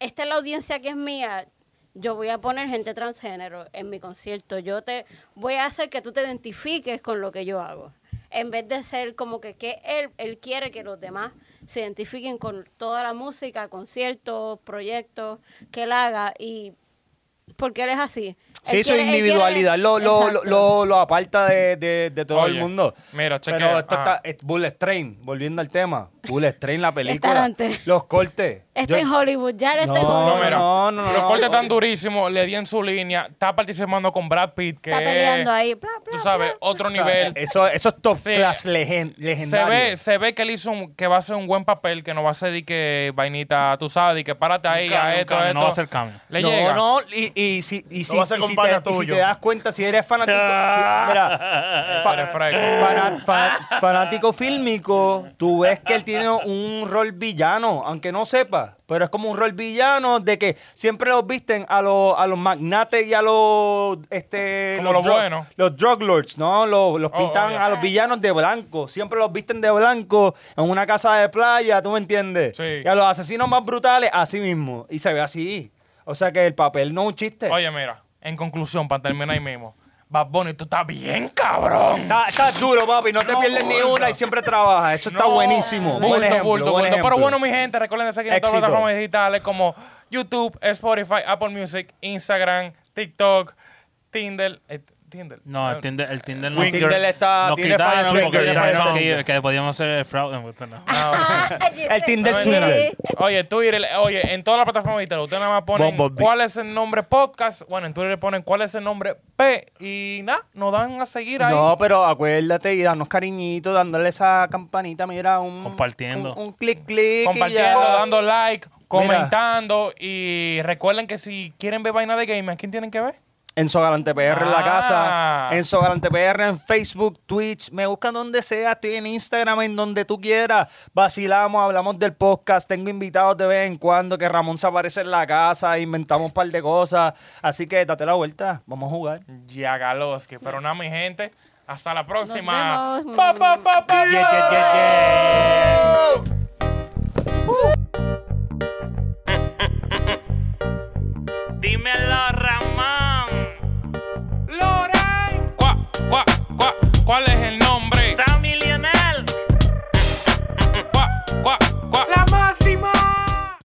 S1: esta es la audiencia que es mía. Yo voy a poner gente transgénero en mi concierto. Yo te voy a hacer que tú te identifiques con lo que yo hago. En vez de ser como que, que él, él quiere que los demás se identifiquen con toda la música, conciertos, proyectos que él haga. Y porque él es así.
S5: Sí,
S1: Él
S5: su
S1: quiere- él quiere-
S5: individualidad lo, lo, lo,
S1: Exacto.
S5: lo- lo aparta de, de- de todo
S2: Oye,
S5: el mundo.
S2: mira, chequea,
S5: Pero esto
S2: ajá.
S5: está, es Bullet Train, volviendo al tema. Bull Train, la película.
S1: Estarante.
S5: Los cortes.
S1: Está
S5: Yo-
S1: en Hollywood, ya él está en
S5: No,
S2: No,
S1: Hollywood.
S2: mira,
S5: no, no,
S2: los
S5: no,
S2: cortes
S5: no.
S2: tan durísimos, le di en su línea, está participando con Brad Pitt, que
S1: Está peleando
S2: es,
S1: ahí. bla, bla,
S2: tú sabes,
S1: bla.
S2: otro
S5: O sea,
S2: nivel.
S5: Eso, eso es top
S2: Sí.
S5: class legen-
S2: se
S5: legendario.
S2: ve, se ve que él hizo un- que va a ser un buen papel, que no va a ser de que vainita, tú sabes, de que párate ahí,
S6: cambio,
S2: a
S6: un
S2: esto,
S6: cambio,
S2: a esto.
S6: no va a ser cambio.
S2: Le
S5: no,
S2: llega.
S5: no, y, y si, y si,
S7: va a ser
S5: y
S7: con
S5: si
S7: pana
S5: te, y si
S7: tuyo.
S5: te das cuenta, si eres fanático, si- mira, fa-
S2: Eres fresco.
S5: fana- fa- fanático fílmico, tú ves que él tiene un rol villano, aunque no sepas, pero es como un rol villano de que siempre los visten a los, a los magnates y a los este
S2: Como los
S5: drug-
S2: buenos.
S5: los drug lords, ¿no? Los, los
S2: Oh,
S5: pintan
S2: oh, ya.
S5: a los villanos de blanco, siempre los visten de blanco en una casa de playa, ¿tú me entiendes?
S2: Sí.
S5: Y a los asesinos más brutales así mismo y se ve así. O sea que el papel no es un chiste.
S2: Oye, mira, en conclusión, para terminar ahí mismo, Bad Bunny, tú estás bien, cabrón.
S5: Está, está duro, papi. No te pierdes ni una y siempre trabaja. Eso está
S2: No,
S5: buenísimo.
S2: bulto,
S5: buen ejemplo,
S2: bulto,
S5: buen
S2: bulto.
S5: ejemplo.
S2: Pero bueno, mi gente, recuerden seguirnos en todas las
S5: Éxito.
S2: plataformas digitales como YouTube, Spotify, Apple Music, Instagram, TikTok, Tinder. eh, Tinder.
S6: No, el
S2: Eh,
S6: Tinder, el Tinder no.
S7: Winger.
S5: Tinder está-
S6: Nos
S5: tiene
S6: quitaron
S5: fallas,
S6: porque
S5: tiene
S6: dijeron
S7: fallas.
S6: que, que podíamos hacer el fraude. pues, No.
S1: Ay,
S5: El Tinder
S1: sí.
S5: Swindler.
S2: Eh. Oye, Twitter, oye, en todas las plataformas digitales, ustedes nada más ponen
S7: Bumblebee.
S2: cuál es el nombre podcast. Bueno, en Twitter ponen cuál es el nombre P y nada, nos dan a seguir ahí.
S5: No, pues, pero acuérdate y danos cariñito, dándole esa campanita, mira, un...
S6: Compartiendo.
S5: Un, un clic, clic. y
S2: compartiendo,
S5: ya.
S2: dando like, comentando y recuerden que si quieren ver vaina de gaming, ¿a quién tienen que ver?
S5: Enzo Galante PR en
S2: Ah.
S5: la casa. Enzo Galante PR en Facebook, Twitch. Me buscan donde sea. Estoy en Instagram, en donde tú quieras. Vacilamos, hablamos del podcast. Tengo invitados de vez en cuando que Ramón se aparece en la casa. Inventamos un par de cosas. Así que date la vuelta. Vamos a jugar.
S2: Yagaloski. Pero nada, mi gente, hasta la próxima.
S1: vemos.
S2: Pa, pa, pa, pa,
S6: Yeah,
S2: pa.
S6: yeah, yeah, yeah.
S9: Dímelo.